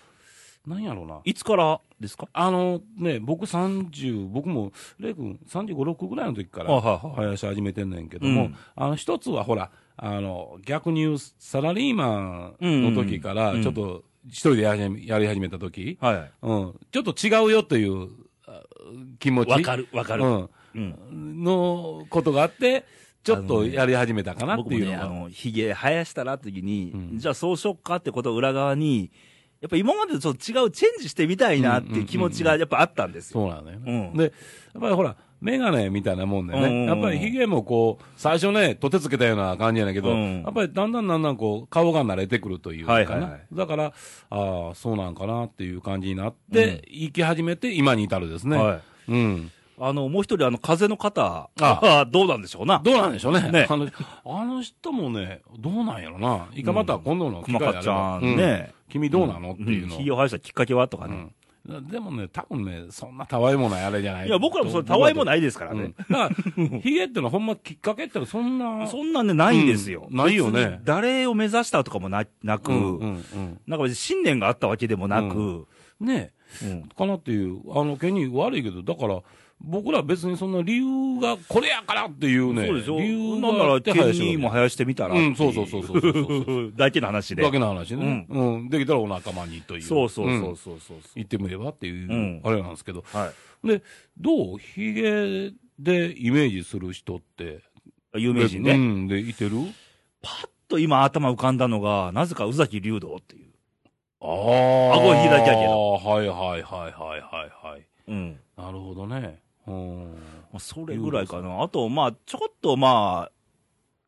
Speaker 2: なんやろな。
Speaker 1: いつからですか
Speaker 2: あのね、僕30、僕も、レイ君35、6ぐらいの時から
Speaker 1: あはいはい
Speaker 2: 生やし始めてんねんけど
Speaker 1: う
Speaker 2: も、
Speaker 1: ん
Speaker 2: あの、一つはほら、あの、逆に言うサラリーマンの時か
Speaker 1: うんう
Speaker 2: ら、
Speaker 1: ん
Speaker 2: ちょっと一人でやり始めやり始めた時、
Speaker 1: は
Speaker 2: うん、ちょっと違うよというあ気持
Speaker 1: い。
Speaker 2: ち。
Speaker 1: わかる、わかる。
Speaker 2: うん
Speaker 1: うん。
Speaker 2: のことがあって、ちょっとやり始めたかなっ
Speaker 1: 僕
Speaker 2: て
Speaker 1: も
Speaker 2: いう
Speaker 1: ね、
Speaker 2: の
Speaker 1: あ
Speaker 2: が。
Speaker 1: の、ヒゲ生やしたらって時に、
Speaker 2: うん
Speaker 1: じゃあそうしよっかってことを裏側に、やっぱ今までとちょっと違うチェンジしてみたいなっていう気持ちがやっぱあったんですよ。
Speaker 2: そうなのよ、
Speaker 1: うん
Speaker 2: で、やっぱりほら、メガネみたいなもんでね、
Speaker 1: うんうんうん
Speaker 2: やっぱりヒゲもこう、最初ね、とてつけたような感じやねんけど、
Speaker 1: うん
Speaker 2: やっぱりだんだんだんだんこう、顔が慣れてくるというかな、
Speaker 1: はいはいはい
Speaker 2: だから、ああ、そうなんかなっていう感じになって、行き始めて、今に至るですね。
Speaker 1: はい
Speaker 2: うん。
Speaker 1: あの、もう一人、あの、風の方
Speaker 2: あ
Speaker 1: はどうなんでしょうな。
Speaker 2: どうなんでしょうね。
Speaker 1: ね
Speaker 2: あのあの人もね、どうなんやろな。いかまた今度の機
Speaker 1: 熊
Speaker 2: 会
Speaker 1: か
Speaker 2: や
Speaker 1: ちゃん
Speaker 2: ね、
Speaker 1: ね。
Speaker 2: 君どうなの、っていうのを
Speaker 1: ヒゲを生やしたきっかけはとかね。
Speaker 2: うん、でもね、多分ね、そんなたわいもないあれじゃない。
Speaker 1: いや、僕らもそれ、たわいも
Speaker 2: な
Speaker 1: な
Speaker 2: い
Speaker 1: いですから
Speaker 2: う
Speaker 1: ね
Speaker 2: ん。だ から、ヒゲってのはほんまきっかけってのはそんな。
Speaker 1: そんなんね、ないんですよ。
Speaker 2: うんないよね
Speaker 1: 別に誰を目指したとかもななく、
Speaker 2: うんうん
Speaker 1: なんか別に信念があったわけでもなく、
Speaker 2: うん、ね
Speaker 1: うん
Speaker 2: え、かなっていう、あの、権に悪いけど、だから、僕ら別にそんな理由が、これやからっていうね、
Speaker 1: そうでしょ
Speaker 2: 理由
Speaker 1: なんなら、
Speaker 2: 手
Speaker 1: ケ
Speaker 2: 配し
Speaker 1: ニーも生やしてみたら。
Speaker 2: うんそうそうそうそうそうそうそ
Speaker 1: だけの話で。
Speaker 2: だけの話ね、うん。できたらお仲間にという。
Speaker 1: そうそうそ
Speaker 2: ん
Speaker 1: うそうそう。
Speaker 2: 言ってみればっていう、
Speaker 1: うん
Speaker 2: あれなんですけど。
Speaker 1: は
Speaker 2: で、どうヒゲでイメージする人って。
Speaker 1: い。有名人
Speaker 2: う
Speaker 1: ね。
Speaker 2: ん、で、いてる
Speaker 1: パッと今頭浮かんだのが、なぜか宇崎竜道っていう。
Speaker 2: ああ。
Speaker 1: 顎開きやけ
Speaker 2: ど。はいはいはいはいはいはい。
Speaker 1: うん。
Speaker 2: なるほどね。うん。
Speaker 1: まあ、それぐらいかな。あと、まあ、ちょこっとまあ、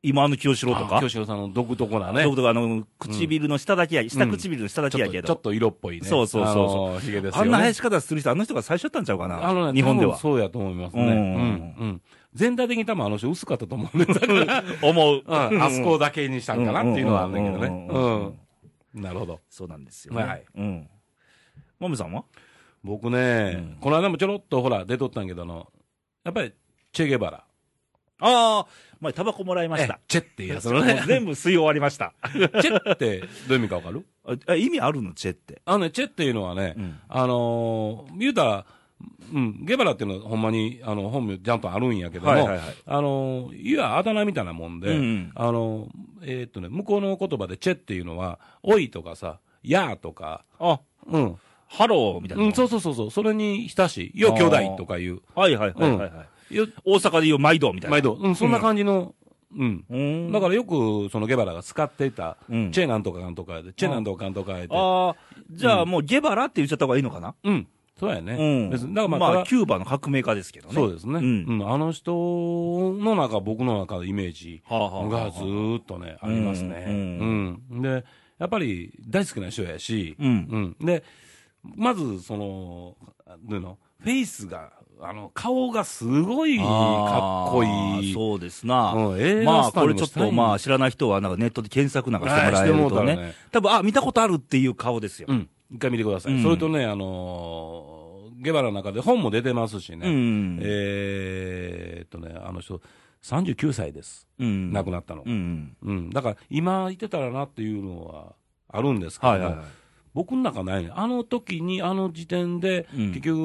Speaker 1: 今の清志郎と
Speaker 2: あ
Speaker 1: か。
Speaker 2: 清志郎さんの独特な
Speaker 1: そう
Speaker 2: ね。
Speaker 1: いうことがあの、唇の下だけや、下唇の下だけ
Speaker 2: ちょ
Speaker 1: や
Speaker 2: っ
Speaker 1: け
Speaker 2: と、ちょ
Speaker 1: ど
Speaker 2: っ。と色っぽいね。
Speaker 1: そうそうそうそう
Speaker 2: あのーヒゲですよ、
Speaker 1: あ
Speaker 2: ね。
Speaker 1: んな生やし方する人、あの人が最初やったんちゃうかな。
Speaker 2: あのね、
Speaker 1: 日本で
Speaker 2: 多分
Speaker 1: は。
Speaker 2: そうやと思いますね。
Speaker 1: う
Speaker 2: うんん。うん。全体的に多分あの人薄かったと思うん ですけど、うん
Speaker 1: 思う。
Speaker 2: あそこだけにしたんかなっていうのはあるんだけどね。
Speaker 1: うんうんうんうん
Speaker 2: うん。なるほど。
Speaker 1: そうなんですよ、ね。
Speaker 2: はい。
Speaker 1: うん。まめさんは
Speaker 2: 僕ね、この間もちょろっとほら出とったんやけど、あの、やっぱり、チェゲバラ。
Speaker 1: ああ、前タバコもらいました
Speaker 2: え。チェっていうやつのね
Speaker 1: もう。全部吸い終わりま した。
Speaker 2: チェってどういう意味かわかる
Speaker 1: あえ意味あるのチェって。
Speaker 2: あのね、チェっていうのはね、
Speaker 1: うん
Speaker 2: あのー、言うたら、うん、ゲバラっていうのはほんまに、あの、本名ちゃんとあるんやけども、
Speaker 1: はいはいはい
Speaker 2: あのー、いわゆるあだ名みたいなもんで、
Speaker 1: うんうん
Speaker 2: あのー、えーっとね、向こうの言葉でチェっていうのは、おいとかさ、やーとか、
Speaker 1: あ、
Speaker 2: うん、
Speaker 1: ハローみたいな。
Speaker 2: うん、そうそうそうそう、それに親しい、よ、兄弟とかいう、
Speaker 1: はいはいはいはい、はい
Speaker 2: よ、
Speaker 1: 大阪で言う毎度みたいな。
Speaker 2: 毎。度、うん、そんな感じの、うん。
Speaker 1: うーん。
Speaker 2: だからよく、そのゲバラが使っていた、
Speaker 1: うん
Speaker 2: チェなんとかかんとかで、チェなんとかかんとかで、
Speaker 1: ああ、じゃあもうゲバラって言っちゃった方がいいのかな
Speaker 2: うん、そうやね。
Speaker 1: うん。
Speaker 2: 別にだからまあ、ただ
Speaker 1: キューバの革命家ですけどね。
Speaker 2: そうですね、
Speaker 1: う
Speaker 2: うんんあの人の中、僕の中のイメージ
Speaker 1: はあはあはあ
Speaker 2: がずーっとね、ありますね、
Speaker 1: う
Speaker 2: うんんで、やっぱり大好きな人やし、
Speaker 1: うん
Speaker 2: うんでまずその、どういうの、フェイスが、あの顔がすごいかっこ
Speaker 1: あ
Speaker 2: い
Speaker 1: ー
Speaker 2: い。
Speaker 1: そうですな。
Speaker 2: うん映画
Speaker 1: まあ、
Speaker 2: スタ
Speaker 1: こ
Speaker 2: イル
Speaker 1: れ
Speaker 2: も
Speaker 1: ちょっ
Speaker 2: したい
Speaker 1: と
Speaker 2: ね
Speaker 1: まあ、知らない人はなんかネットで検索なんかしてもらえ
Speaker 2: は
Speaker 1: る
Speaker 2: いしても
Speaker 1: と
Speaker 2: うた
Speaker 1: ね。
Speaker 2: らね
Speaker 1: 多分、あ、見たことあるっていう顔ですよ。
Speaker 2: うん、一回見てください、
Speaker 1: うん
Speaker 2: それとね、あのーゲバラの中で本も出てますしね、
Speaker 1: うん
Speaker 2: えーっとね、あの人、39歳です、
Speaker 1: うん
Speaker 2: 亡くなったの、
Speaker 1: うんうん。
Speaker 2: うん、だから今いてたらなっていうのはあるんですけど、
Speaker 1: はいはいはい。
Speaker 2: 僕の中ないね、あの時に、あの時点で、
Speaker 1: うん
Speaker 2: 結局、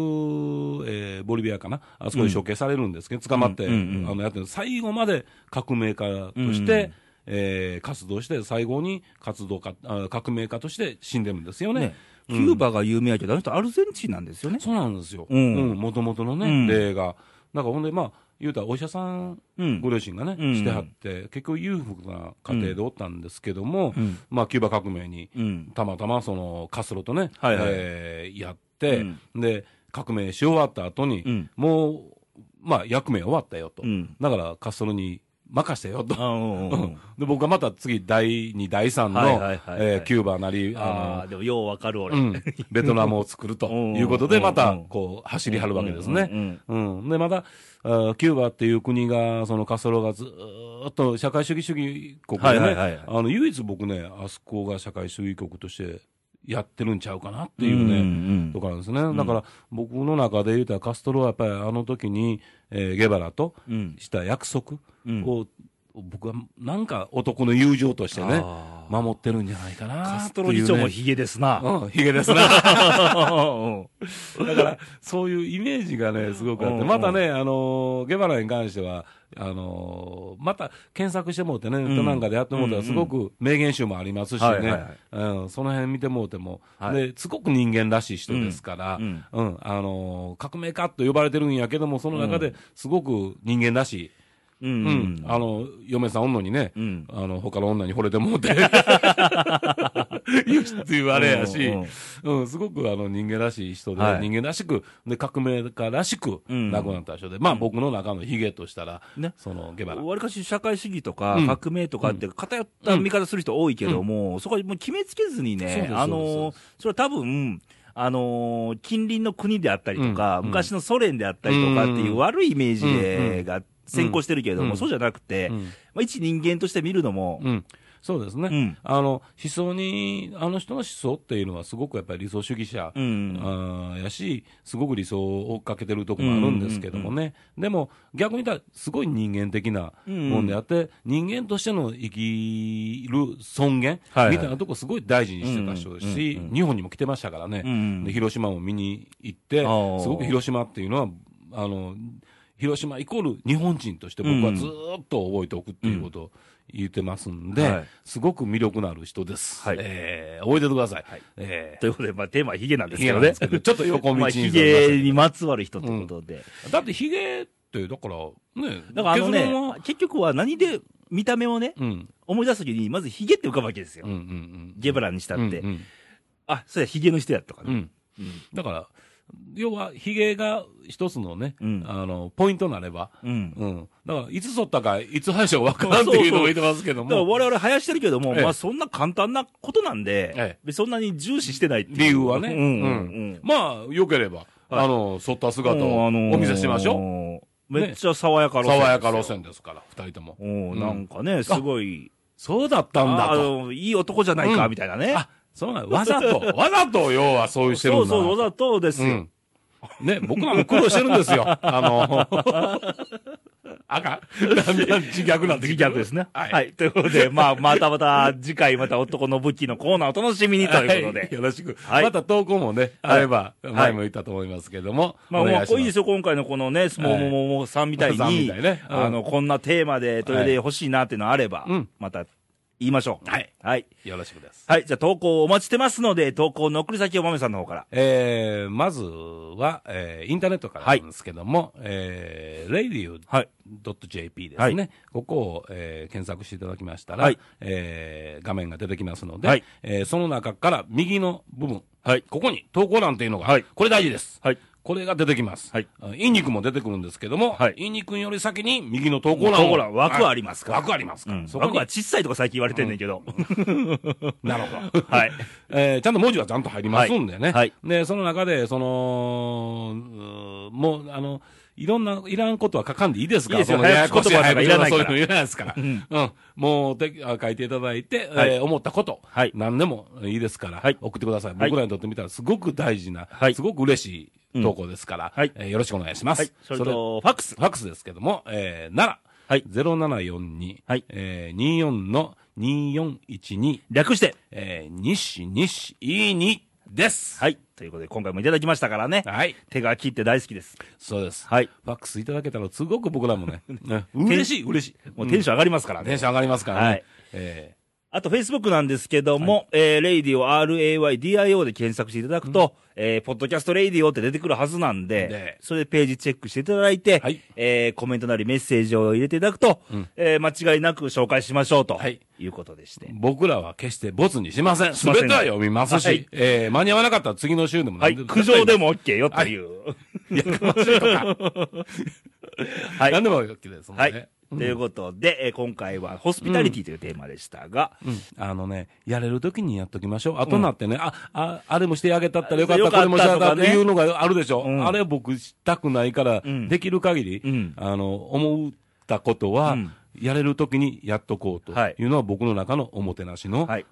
Speaker 2: えーボリビアかな、あそこで処刑されるんですけど、捕まって、
Speaker 1: うんうんうん
Speaker 2: あのやってる最後まで革命家として、
Speaker 1: うん
Speaker 2: えー活動して、最後に活動家あ革命家として死んでるんですよね。
Speaker 1: ね、キ
Speaker 2: うん
Speaker 1: ューバが有名やけど、あの人アルゼンチンなんですよね。
Speaker 2: そうなんですよ、
Speaker 1: う
Speaker 2: うんん、もともとのね、
Speaker 1: うん
Speaker 2: 例が。なんかほんで、まあ、言うたらお医者さん
Speaker 1: うん
Speaker 2: ご両親がね、
Speaker 1: うん
Speaker 2: してはって、結局裕福な家庭でおったんですけども、
Speaker 1: うん
Speaker 2: まあ、キューバ革命に
Speaker 1: うん。
Speaker 2: たまたまそのカスロとね、
Speaker 1: はいはい
Speaker 2: えーやって、
Speaker 1: うん
Speaker 2: で、革命し終わった後に、
Speaker 1: うん
Speaker 2: もう、まあ、役目終わったよと、
Speaker 1: うん
Speaker 2: だからカスロに任せてよと。
Speaker 1: うんうんうん
Speaker 2: で、僕がまた次、第2、第3
Speaker 1: はいはいはいはい
Speaker 2: の、えーキューバなり、
Speaker 1: あ
Speaker 2: あ
Speaker 1: あ、でもようわかる
Speaker 2: の、
Speaker 1: 俺。
Speaker 2: うん、 ベトナムを作ると
Speaker 1: うん
Speaker 2: いうことで、
Speaker 1: うん
Speaker 2: また
Speaker 1: うん、
Speaker 2: こう、走り張るわけですね。
Speaker 1: うんうん
Speaker 2: うん、でまたあーキューバっていう国が、そのカストロがずーっと社会主義主義国でね、
Speaker 1: はいはいはい
Speaker 2: あの唯一僕ね、あそこが社会主義国としてやってるんちゃうかなっていうね、
Speaker 1: ね
Speaker 2: とかなんですね、だから僕の中で言うたら、カストロはやっぱりあの時に、えーゲバラと
Speaker 1: うん。
Speaker 2: した約束
Speaker 1: うん
Speaker 2: を、僕はなんか男の友情としてね
Speaker 1: あ、
Speaker 2: 守ってるんじゃないかなっていう
Speaker 1: カ
Speaker 2: ね、
Speaker 1: ストロ議長もヒゲですな。
Speaker 2: うん、ヒゲですな。
Speaker 1: うん
Speaker 2: だから、そういうイメージがね、すごくあっ
Speaker 1: うんう
Speaker 2: て、
Speaker 1: ん
Speaker 2: またね、あのーゲバラに関しては、あのーまた検索してもうてね、ネットなんかでやってもうたら、
Speaker 1: うん
Speaker 2: すごく名言集もありますし
Speaker 1: はいはいは
Speaker 2: ね、うんその辺見てもうても、
Speaker 1: はい
Speaker 2: ですごく人間らしい人ですから、
Speaker 1: う
Speaker 2: うんんあのー革命家と呼ばれてるんやけども、その中ですごく人間らしい、
Speaker 1: う
Speaker 2: うん
Speaker 1: んうん。
Speaker 2: あの嫁さんおんのにね、
Speaker 1: うん
Speaker 2: あの他の女に惚れてもうて、言う必要あれやし。
Speaker 1: うんうん
Speaker 2: うん、すごくあの人間らしい人で、
Speaker 1: はい
Speaker 2: 人間らしく、で革命家らしく
Speaker 1: うん
Speaker 2: 亡くなった人で、まあ僕の中のヒゲとしたら、
Speaker 1: ね
Speaker 2: そのゲバラ。
Speaker 1: わりかし社会主義とか
Speaker 2: うん
Speaker 1: 革命とかって偏った見方する人多いけども、そこはもう決めつけずに
Speaker 2: そうで
Speaker 1: ね、
Speaker 2: す
Speaker 1: あ
Speaker 2: そう
Speaker 1: のー
Speaker 2: で
Speaker 1: それは多分、あのー近隣の国であったりとか、
Speaker 2: うん
Speaker 1: 昔のソ連であったりとかっていううん悪いイメージ
Speaker 2: うんう
Speaker 1: で
Speaker 2: ん
Speaker 1: が先行してるけれども、
Speaker 2: うん
Speaker 1: そうじゃなくて、
Speaker 2: うん
Speaker 1: まあ、一人間として見るのも、
Speaker 2: うん、そうですね、
Speaker 1: うん
Speaker 2: あの思想に、あの人の思想っていうのは、すごくやっぱり理想主義者、
Speaker 1: うん
Speaker 2: あーやし、すごく理想を追っかけてるとこもあるんですけどもね、でも逆に言ったら、すごい人間的なもんであって、人間としての生きる尊厳
Speaker 1: はいはい
Speaker 2: みたいなとこ、すごい大事にしてた人です
Speaker 1: う
Speaker 2: し、
Speaker 1: んうんうん
Speaker 2: 日本にも来てましたからね、
Speaker 1: うん
Speaker 2: で広島も見に行って、す
Speaker 1: あー
Speaker 2: ごく広島っていうのは、あの広島イコール日本人として、僕はずーっと覚えておくっていうことを言ってますんで、
Speaker 1: はい
Speaker 2: すごく魅力のある人です。
Speaker 1: はい
Speaker 2: えー覚えててください。え
Speaker 1: ということで、まあ、テーマはヒゲなん
Speaker 2: ー
Speaker 1: ですけどね。
Speaker 2: ヒゲなんですけどちょっと横道 に
Speaker 1: まあ、
Speaker 2: ずれ
Speaker 1: ヒ
Speaker 2: ましたけど
Speaker 1: ゲにまつわる人ということで。
Speaker 2: だってヒゲって、だから、ね、
Speaker 1: だからあの
Speaker 2: 結論
Speaker 1: ね
Speaker 2: は、、
Speaker 1: 結局は何で見た目をね、
Speaker 2: うん、うん、
Speaker 1: 思い出すときに、まずヒゲって浮かぶわけですよ。
Speaker 2: うん、うん。
Speaker 1: ゲバラにしたって。
Speaker 2: うんうん
Speaker 1: あ、それはヒゲの人やとか
Speaker 2: う
Speaker 1: ね。
Speaker 2: んだから、要は、ヒゲが一つのね、
Speaker 1: うん
Speaker 2: あの、ポイントになれば、
Speaker 1: うん。
Speaker 2: うん。だから、いつ剃ったか、いつ歯医者か分からんっていうのを言ってますけど
Speaker 1: だから
Speaker 2: も、
Speaker 1: 我々生やしてるけども、
Speaker 2: ええ
Speaker 1: まあそんな簡単なことなんで、
Speaker 2: え
Speaker 1: そんなに重視してないっていう。
Speaker 2: 理由はね、
Speaker 1: うんうんうん。
Speaker 2: まあ、良ければ、あの、剃った姿をお見せしましょう。
Speaker 1: ょう。めっちゃ爽やか路
Speaker 2: 爽
Speaker 1: 線。
Speaker 2: やか路。線ですから、二人とも。
Speaker 1: お
Speaker 2: う
Speaker 1: ー
Speaker 2: ん
Speaker 1: なんかね、すごい、
Speaker 2: そうだったんだ
Speaker 1: ああ
Speaker 2: と。
Speaker 1: のいい男じゃないか、
Speaker 2: うん
Speaker 1: みたいなね。
Speaker 2: あ、そうなんわざと、わざと、要はそういうしてるん
Speaker 1: そ
Speaker 2: だ
Speaker 1: うそう、わざとです
Speaker 2: う
Speaker 1: よ
Speaker 2: ん。。ね、僕らも苦労してるん ですよ。あの、あかん。だんだん自虐なって
Speaker 1: 自
Speaker 2: きてる
Speaker 1: 虐ですね。
Speaker 2: はい。
Speaker 1: はい。ということ で、まあ、またまた、次回また男の武器のコーナーを楽しみにということで。
Speaker 2: はいよろしく。
Speaker 1: はい
Speaker 2: また投稿もね、
Speaker 1: はい
Speaker 2: あれば、前も言ったと思いますけども。
Speaker 1: まあ、
Speaker 2: お願
Speaker 1: も
Speaker 2: いし
Speaker 1: う
Speaker 2: ま
Speaker 1: こいいですよ、今回のこのね、ももももさんみたい
Speaker 2: さん
Speaker 1: に、
Speaker 2: みたいねうん
Speaker 1: あの、こんなテーマで取り入れて欲しいなっていうのあれば、
Speaker 2: うん
Speaker 1: また言いましょう。
Speaker 2: はい
Speaker 1: はい。
Speaker 2: よろしくです。
Speaker 1: はい。じゃあ投稿お待ちしてますので、投稿の送り先をまめさんの方から。
Speaker 2: えー、まずは、えー、インターネットからなんですけども、えー、
Speaker 1: はい
Speaker 2: radio.jp ですね。ここを、えー検索していただきましたら、
Speaker 1: はい
Speaker 2: えー画面が出てきますので、
Speaker 1: はい
Speaker 2: えーその中から右の部分、
Speaker 1: はい
Speaker 2: ここに投稿欄というのが、
Speaker 1: はい
Speaker 2: これ大事です。
Speaker 1: はい
Speaker 2: これが出てきます。
Speaker 1: はい
Speaker 2: あインニ君も出てくるんですけども、
Speaker 1: はい
Speaker 2: インニ君より先に右の投稿欄を
Speaker 1: 投稿欄枠はありますから
Speaker 2: はい枠あります
Speaker 1: う
Speaker 2: から。
Speaker 1: ん。
Speaker 2: そこに
Speaker 1: 僕は小さいとか最近言われてんねんけど。
Speaker 2: なるほど。
Speaker 1: はい。
Speaker 2: えーちゃんと文字はちゃんと入りますんでね。
Speaker 1: はい
Speaker 2: で、その中で、その、うーもう、あの、いろんな、いらんことは書かんでいいですから、
Speaker 1: いいですよ
Speaker 2: そのややこし
Speaker 1: 早口言葉とかいらないか
Speaker 2: そ
Speaker 1: ら
Speaker 2: ういうのいらないですから。うん。もうてあ書いていただいて、
Speaker 1: はい
Speaker 2: えー思ったこと、
Speaker 1: はい
Speaker 2: 何でもいいですから、
Speaker 1: はい
Speaker 2: 送ってください。
Speaker 1: はい
Speaker 2: 僕らにとってみたら、すごく大事な、
Speaker 1: はい
Speaker 2: すごく嬉しい投稿ですから、
Speaker 1: はい
Speaker 2: えーよろしくお願いします。
Speaker 1: はい。それと、ファックス。
Speaker 2: ファックスですけども、えー、なら、
Speaker 1: はい
Speaker 2: 0742、
Speaker 1: はい
Speaker 2: えー、24の2412、
Speaker 1: 略して。
Speaker 2: えー、西西いいにです。
Speaker 1: はい。ということで、今回もいただきましたからね。
Speaker 2: はい。
Speaker 1: 手書きって大好きです。
Speaker 2: そうです。
Speaker 1: はい。
Speaker 2: ファックスいただけたら、すごく僕ら もね、ね嬉しい、嬉しい。
Speaker 1: もうテンション上がりますから
Speaker 2: うん
Speaker 1: ね。
Speaker 2: テンション上がりますからね。
Speaker 1: はい
Speaker 2: え
Speaker 1: あと、Facebook なんですけども、えー、レイディオ RAYDIO で検索していただくと、えー、ポッドキャストレイディオって出てくるはずなんで、
Speaker 2: で
Speaker 1: それでページチェックしていただいて、
Speaker 2: はい
Speaker 1: えー、コメントなりメッセージを入れていただくと、えー、間違いなく紹介しましょうと、
Speaker 2: はいい、
Speaker 1: うことでして
Speaker 2: ー。僕らは決してボツにしません。
Speaker 1: し
Speaker 2: す
Speaker 1: ま
Speaker 2: べ
Speaker 1: せん
Speaker 2: ては読みますし、
Speaker 1: はい
Speaker 2: えー間に合わなかったら次の週でも
Speaker 1: は
Speaker 2: 何
Speaker 1: い。
Speaker 2: でも
Speaker 1: 苦情でも OK よという。
Speaker 2: やかましいとか、
Speaker 1: はい。
Speaker 2: 何でも OK ですもんね。
Speaker 1: はい。ということで、えー今回はホスピタリティというテーマでしたが、
Speaker 2: あのね、やれるときにやっときましょう。後になってね、あ、あ、あれもしてあげたったらよかった、
Speaker 1: よ
Speaker 2: こ
Speaker 1: かった
Speaker 2: れもしてあげた
Speaker 1: と
Speaker 2: っ
Speaker 1: か
Speaker 2: て
Speaker 1: ね
Speaker 2: いうのがあるでしょ。
Speaker 1: うん
Speaker 2: あれ僕したくないから、
Speaker 1: うん
Speaker 2: できる限り、
Speaker 1: うん
Speaker 2: あの、思ったことは、
Speaker 1: うん
Speaker 2: やれるときにやっとこうと
Speaker 1: はい
Speaker 2: いうのは僕の中のおもてなしの
Speaker 1: はい。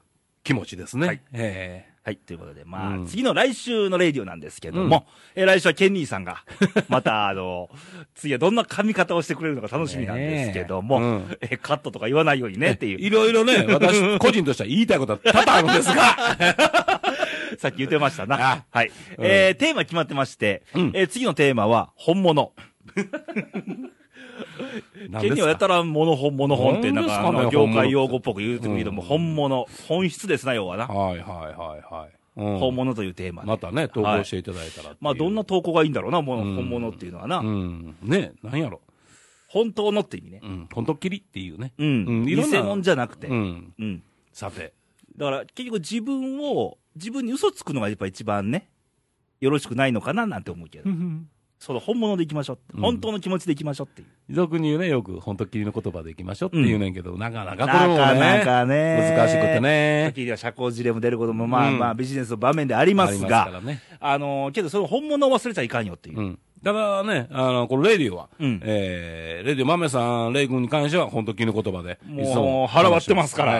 Speaker 2: 気持ちですね。
Speaker 1: はい
Speaker 2: ええ
Speaker 1: はい。ということで、まあ、
Speaker 2: うん
Speaker 1: 次の来週のレイディオなんですけども、えー来週はケニーさんが、 また、あの、次はどんな髪型をしてくれるのか楽しみなんですけども、
Speaker 2: ねえうん
Speaker 1: えーカットとか言わないようにねっていう、
Speaker 2: いろいろ ね、私、個人としては言いたいことは多々あるんですが、
Speaker 1: さっき言ってましたな
Speaker 2: あ。
Speaker 1: はい。
Speaker 2: うん
Speaker 1: えーテーマ決まってまして、
Speaker 2: うん
Speaker 1: えー次のテーマは、本物。
Speaker 2: 何
Speaker 1: ケ
Speaker 2: で
Speaker 1: ニー
Speaker 2: す
Speaker 1: はや
Speaker 2: か
Speaker 1: たら物本物本って、なんか、あ
Speaker 2: 何
Speaker 1: の
Speaker 2: ですかね
Speaker 1: 業界用語っぽく言うてくるけども、本物、本質ですな、要はな。
Speaker 2: はいはいはいはい。うん
Speaker 1: 本物というテーマで。
Speaker 2: またね、投稿していただいたらっていう
Speaker 1: まあ、どんな投稿がいいんだろうな、もう
Speaker 2: うん
Speaker 1: 本物っていうのはな。
Speaker 2: うん。ね、なんやろ。
Speaker 1: 本当のって意味ね
Speaker 2: う。ん。ほんとっきりっていうね。
Speaker 1: うん。
Speaker 2: うんい
Speaker 1: 偽
Speaker 2: ろんな
Speaker 1: 物じゃなくて。
Speaker 2: う
Speaker 1: うん。
Speaker 2: ん。さて。
Speaker 1: だから、結局自分を、自分に嘘つくのがやっぱ一番ね、よろしくないのかななんて思うけど。その本物でいきましょうって。
Speaker 2: うん
Speaker 1: 本当の気持ちでいきましょうっていう。
Speaker 2: 俗に言うね、よく、ほんとっきりの言葉でいきましょうって言うねんけど、なかなかこれ
Speaker 1: な
Speaker 2: も
Speaker 1: か
Speaker 2: ね、
Speaker 1: なかね。
Speaker 2: 難しくてね。
Speaker 1: 時には社交辞令も出ることも、まあ
Speaker 2: うん
Speaker 1: まあ、ビジネスの場面でありますが、
Speaker 2: あ
Speaker 1: あ
Speaker 2: りますからね。
Speaker 1: のー、けど、その本物を忘れちゃいかんよっていう。
Speaker 2: うん。ただね、あの、このレディオは、
Speaker 1: うん
Speaker 2: えー、レディオ豆さん、レイ君に関しては、ほんとっきりの言葉で、
Speaker 1: もう
Speaker 2: いつも
Speaker 1: 腹割ってますから
Speaker 2: は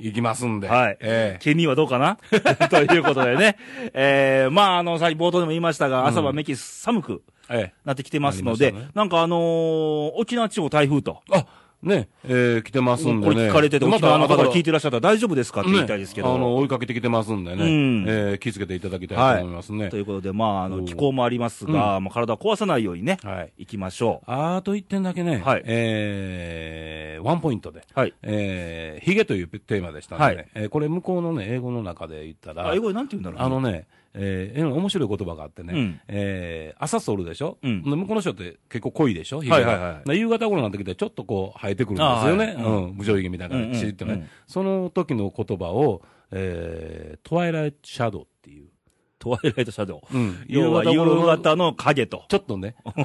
Speaker 2: いいきますんで。
Speaker 1: はい。
Speaker 2: え
Speaker 1: ケニーはどうかな ということでね。えー、まあ、あの、さっき冒頭でも言いましたが、朝はめき寒く
Speaker 2: ーえ
Speaker 1: なってきてますので、
Speaker 2: なりましたね
Speaker 1: なんかあのー沖縄地方台風と。
Speaker 2: ーあ、ね、えー、来てますんで
Speaker 1: これ
Speaker 2: ね。
Speaker 1: 聞かれてて、沖縄の方
Speaker 2: また
Speaker 1: が聞いてらっしゃったら大丈夫ですかって言いたいですけ
Speaker 2: ね
Speaker 1: ど。
Speaker 2: あの追いかけてきてますんでね、
Speaker 1: うん
Speaker 2: えー気をつけていただきたいと思いますね。
Speaker 1: ということで、まあ、あ
Speaker 2: う
Speaker 1: の、
Speaker 2: ん
Speaker 1: 気候もありますが、まあ、体を壊さないようにね、
Speaker 2: はい
Speaker 1: 行きましょ
Speaker 2: あーあと一点だけね、
Speaker 1: はい
Speaker 2: えーワンポイントで、
Speaker 1: う。はい。
Speaker 2: えーヒゲというテーマでしたので、ね
Speaker 1: はい
Speaker 2: えーこれ、向こうの、ね、英語の中で言ったら、
Speaker 1: あ英語でなんて言うんだろうね
Speaker 2: あのね、えー、えー面白い言葉があってね、
Speaker 1: うん
Speaker 2: えー朝剃るでしょ、
Speaker 1: うん
Speaker 2: で向こうの人って結構濃いでしょ、ひげが
Speaker 1: はいはいはい
Speaker 2: で夕方頃になってきて、ちょっとこう生えてくるんですよね、
Speaker 1: あーはい
Speaker 2: うん、無情ひげみたいな感じで、ってね、
Speaker 1: うんうんうん
Speaker 2: その時の言葉を、えートワイライトシャドウっていう、
Speaker 1: トワイライトシャドウ。
Speaker 2: うん
Speaker 1: 要は夕
Speaker 2: 夕方頃の
Speaker 1: 方の影と。
Speaker 2: ちょっと ね、青く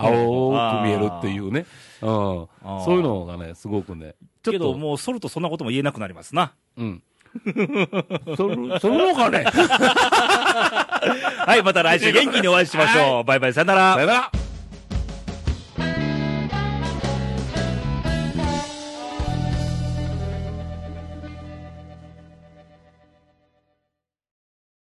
Speaker 2: 見えるっていうね、うん
Speaker 1: ー、
Speaker 2: そういうのがね、すごくね、ちょ
Speaker 1: け
Speaker 2: っと
Speaker 1: ど、もうソルトそんなことも言えなくなりますな。
Speaker 2: うん。 そる、そるのかね
Speaker 1: はい、また来週元気にお会いしましょう。バイバイ、さよなら
Speaker 2: さよ。なら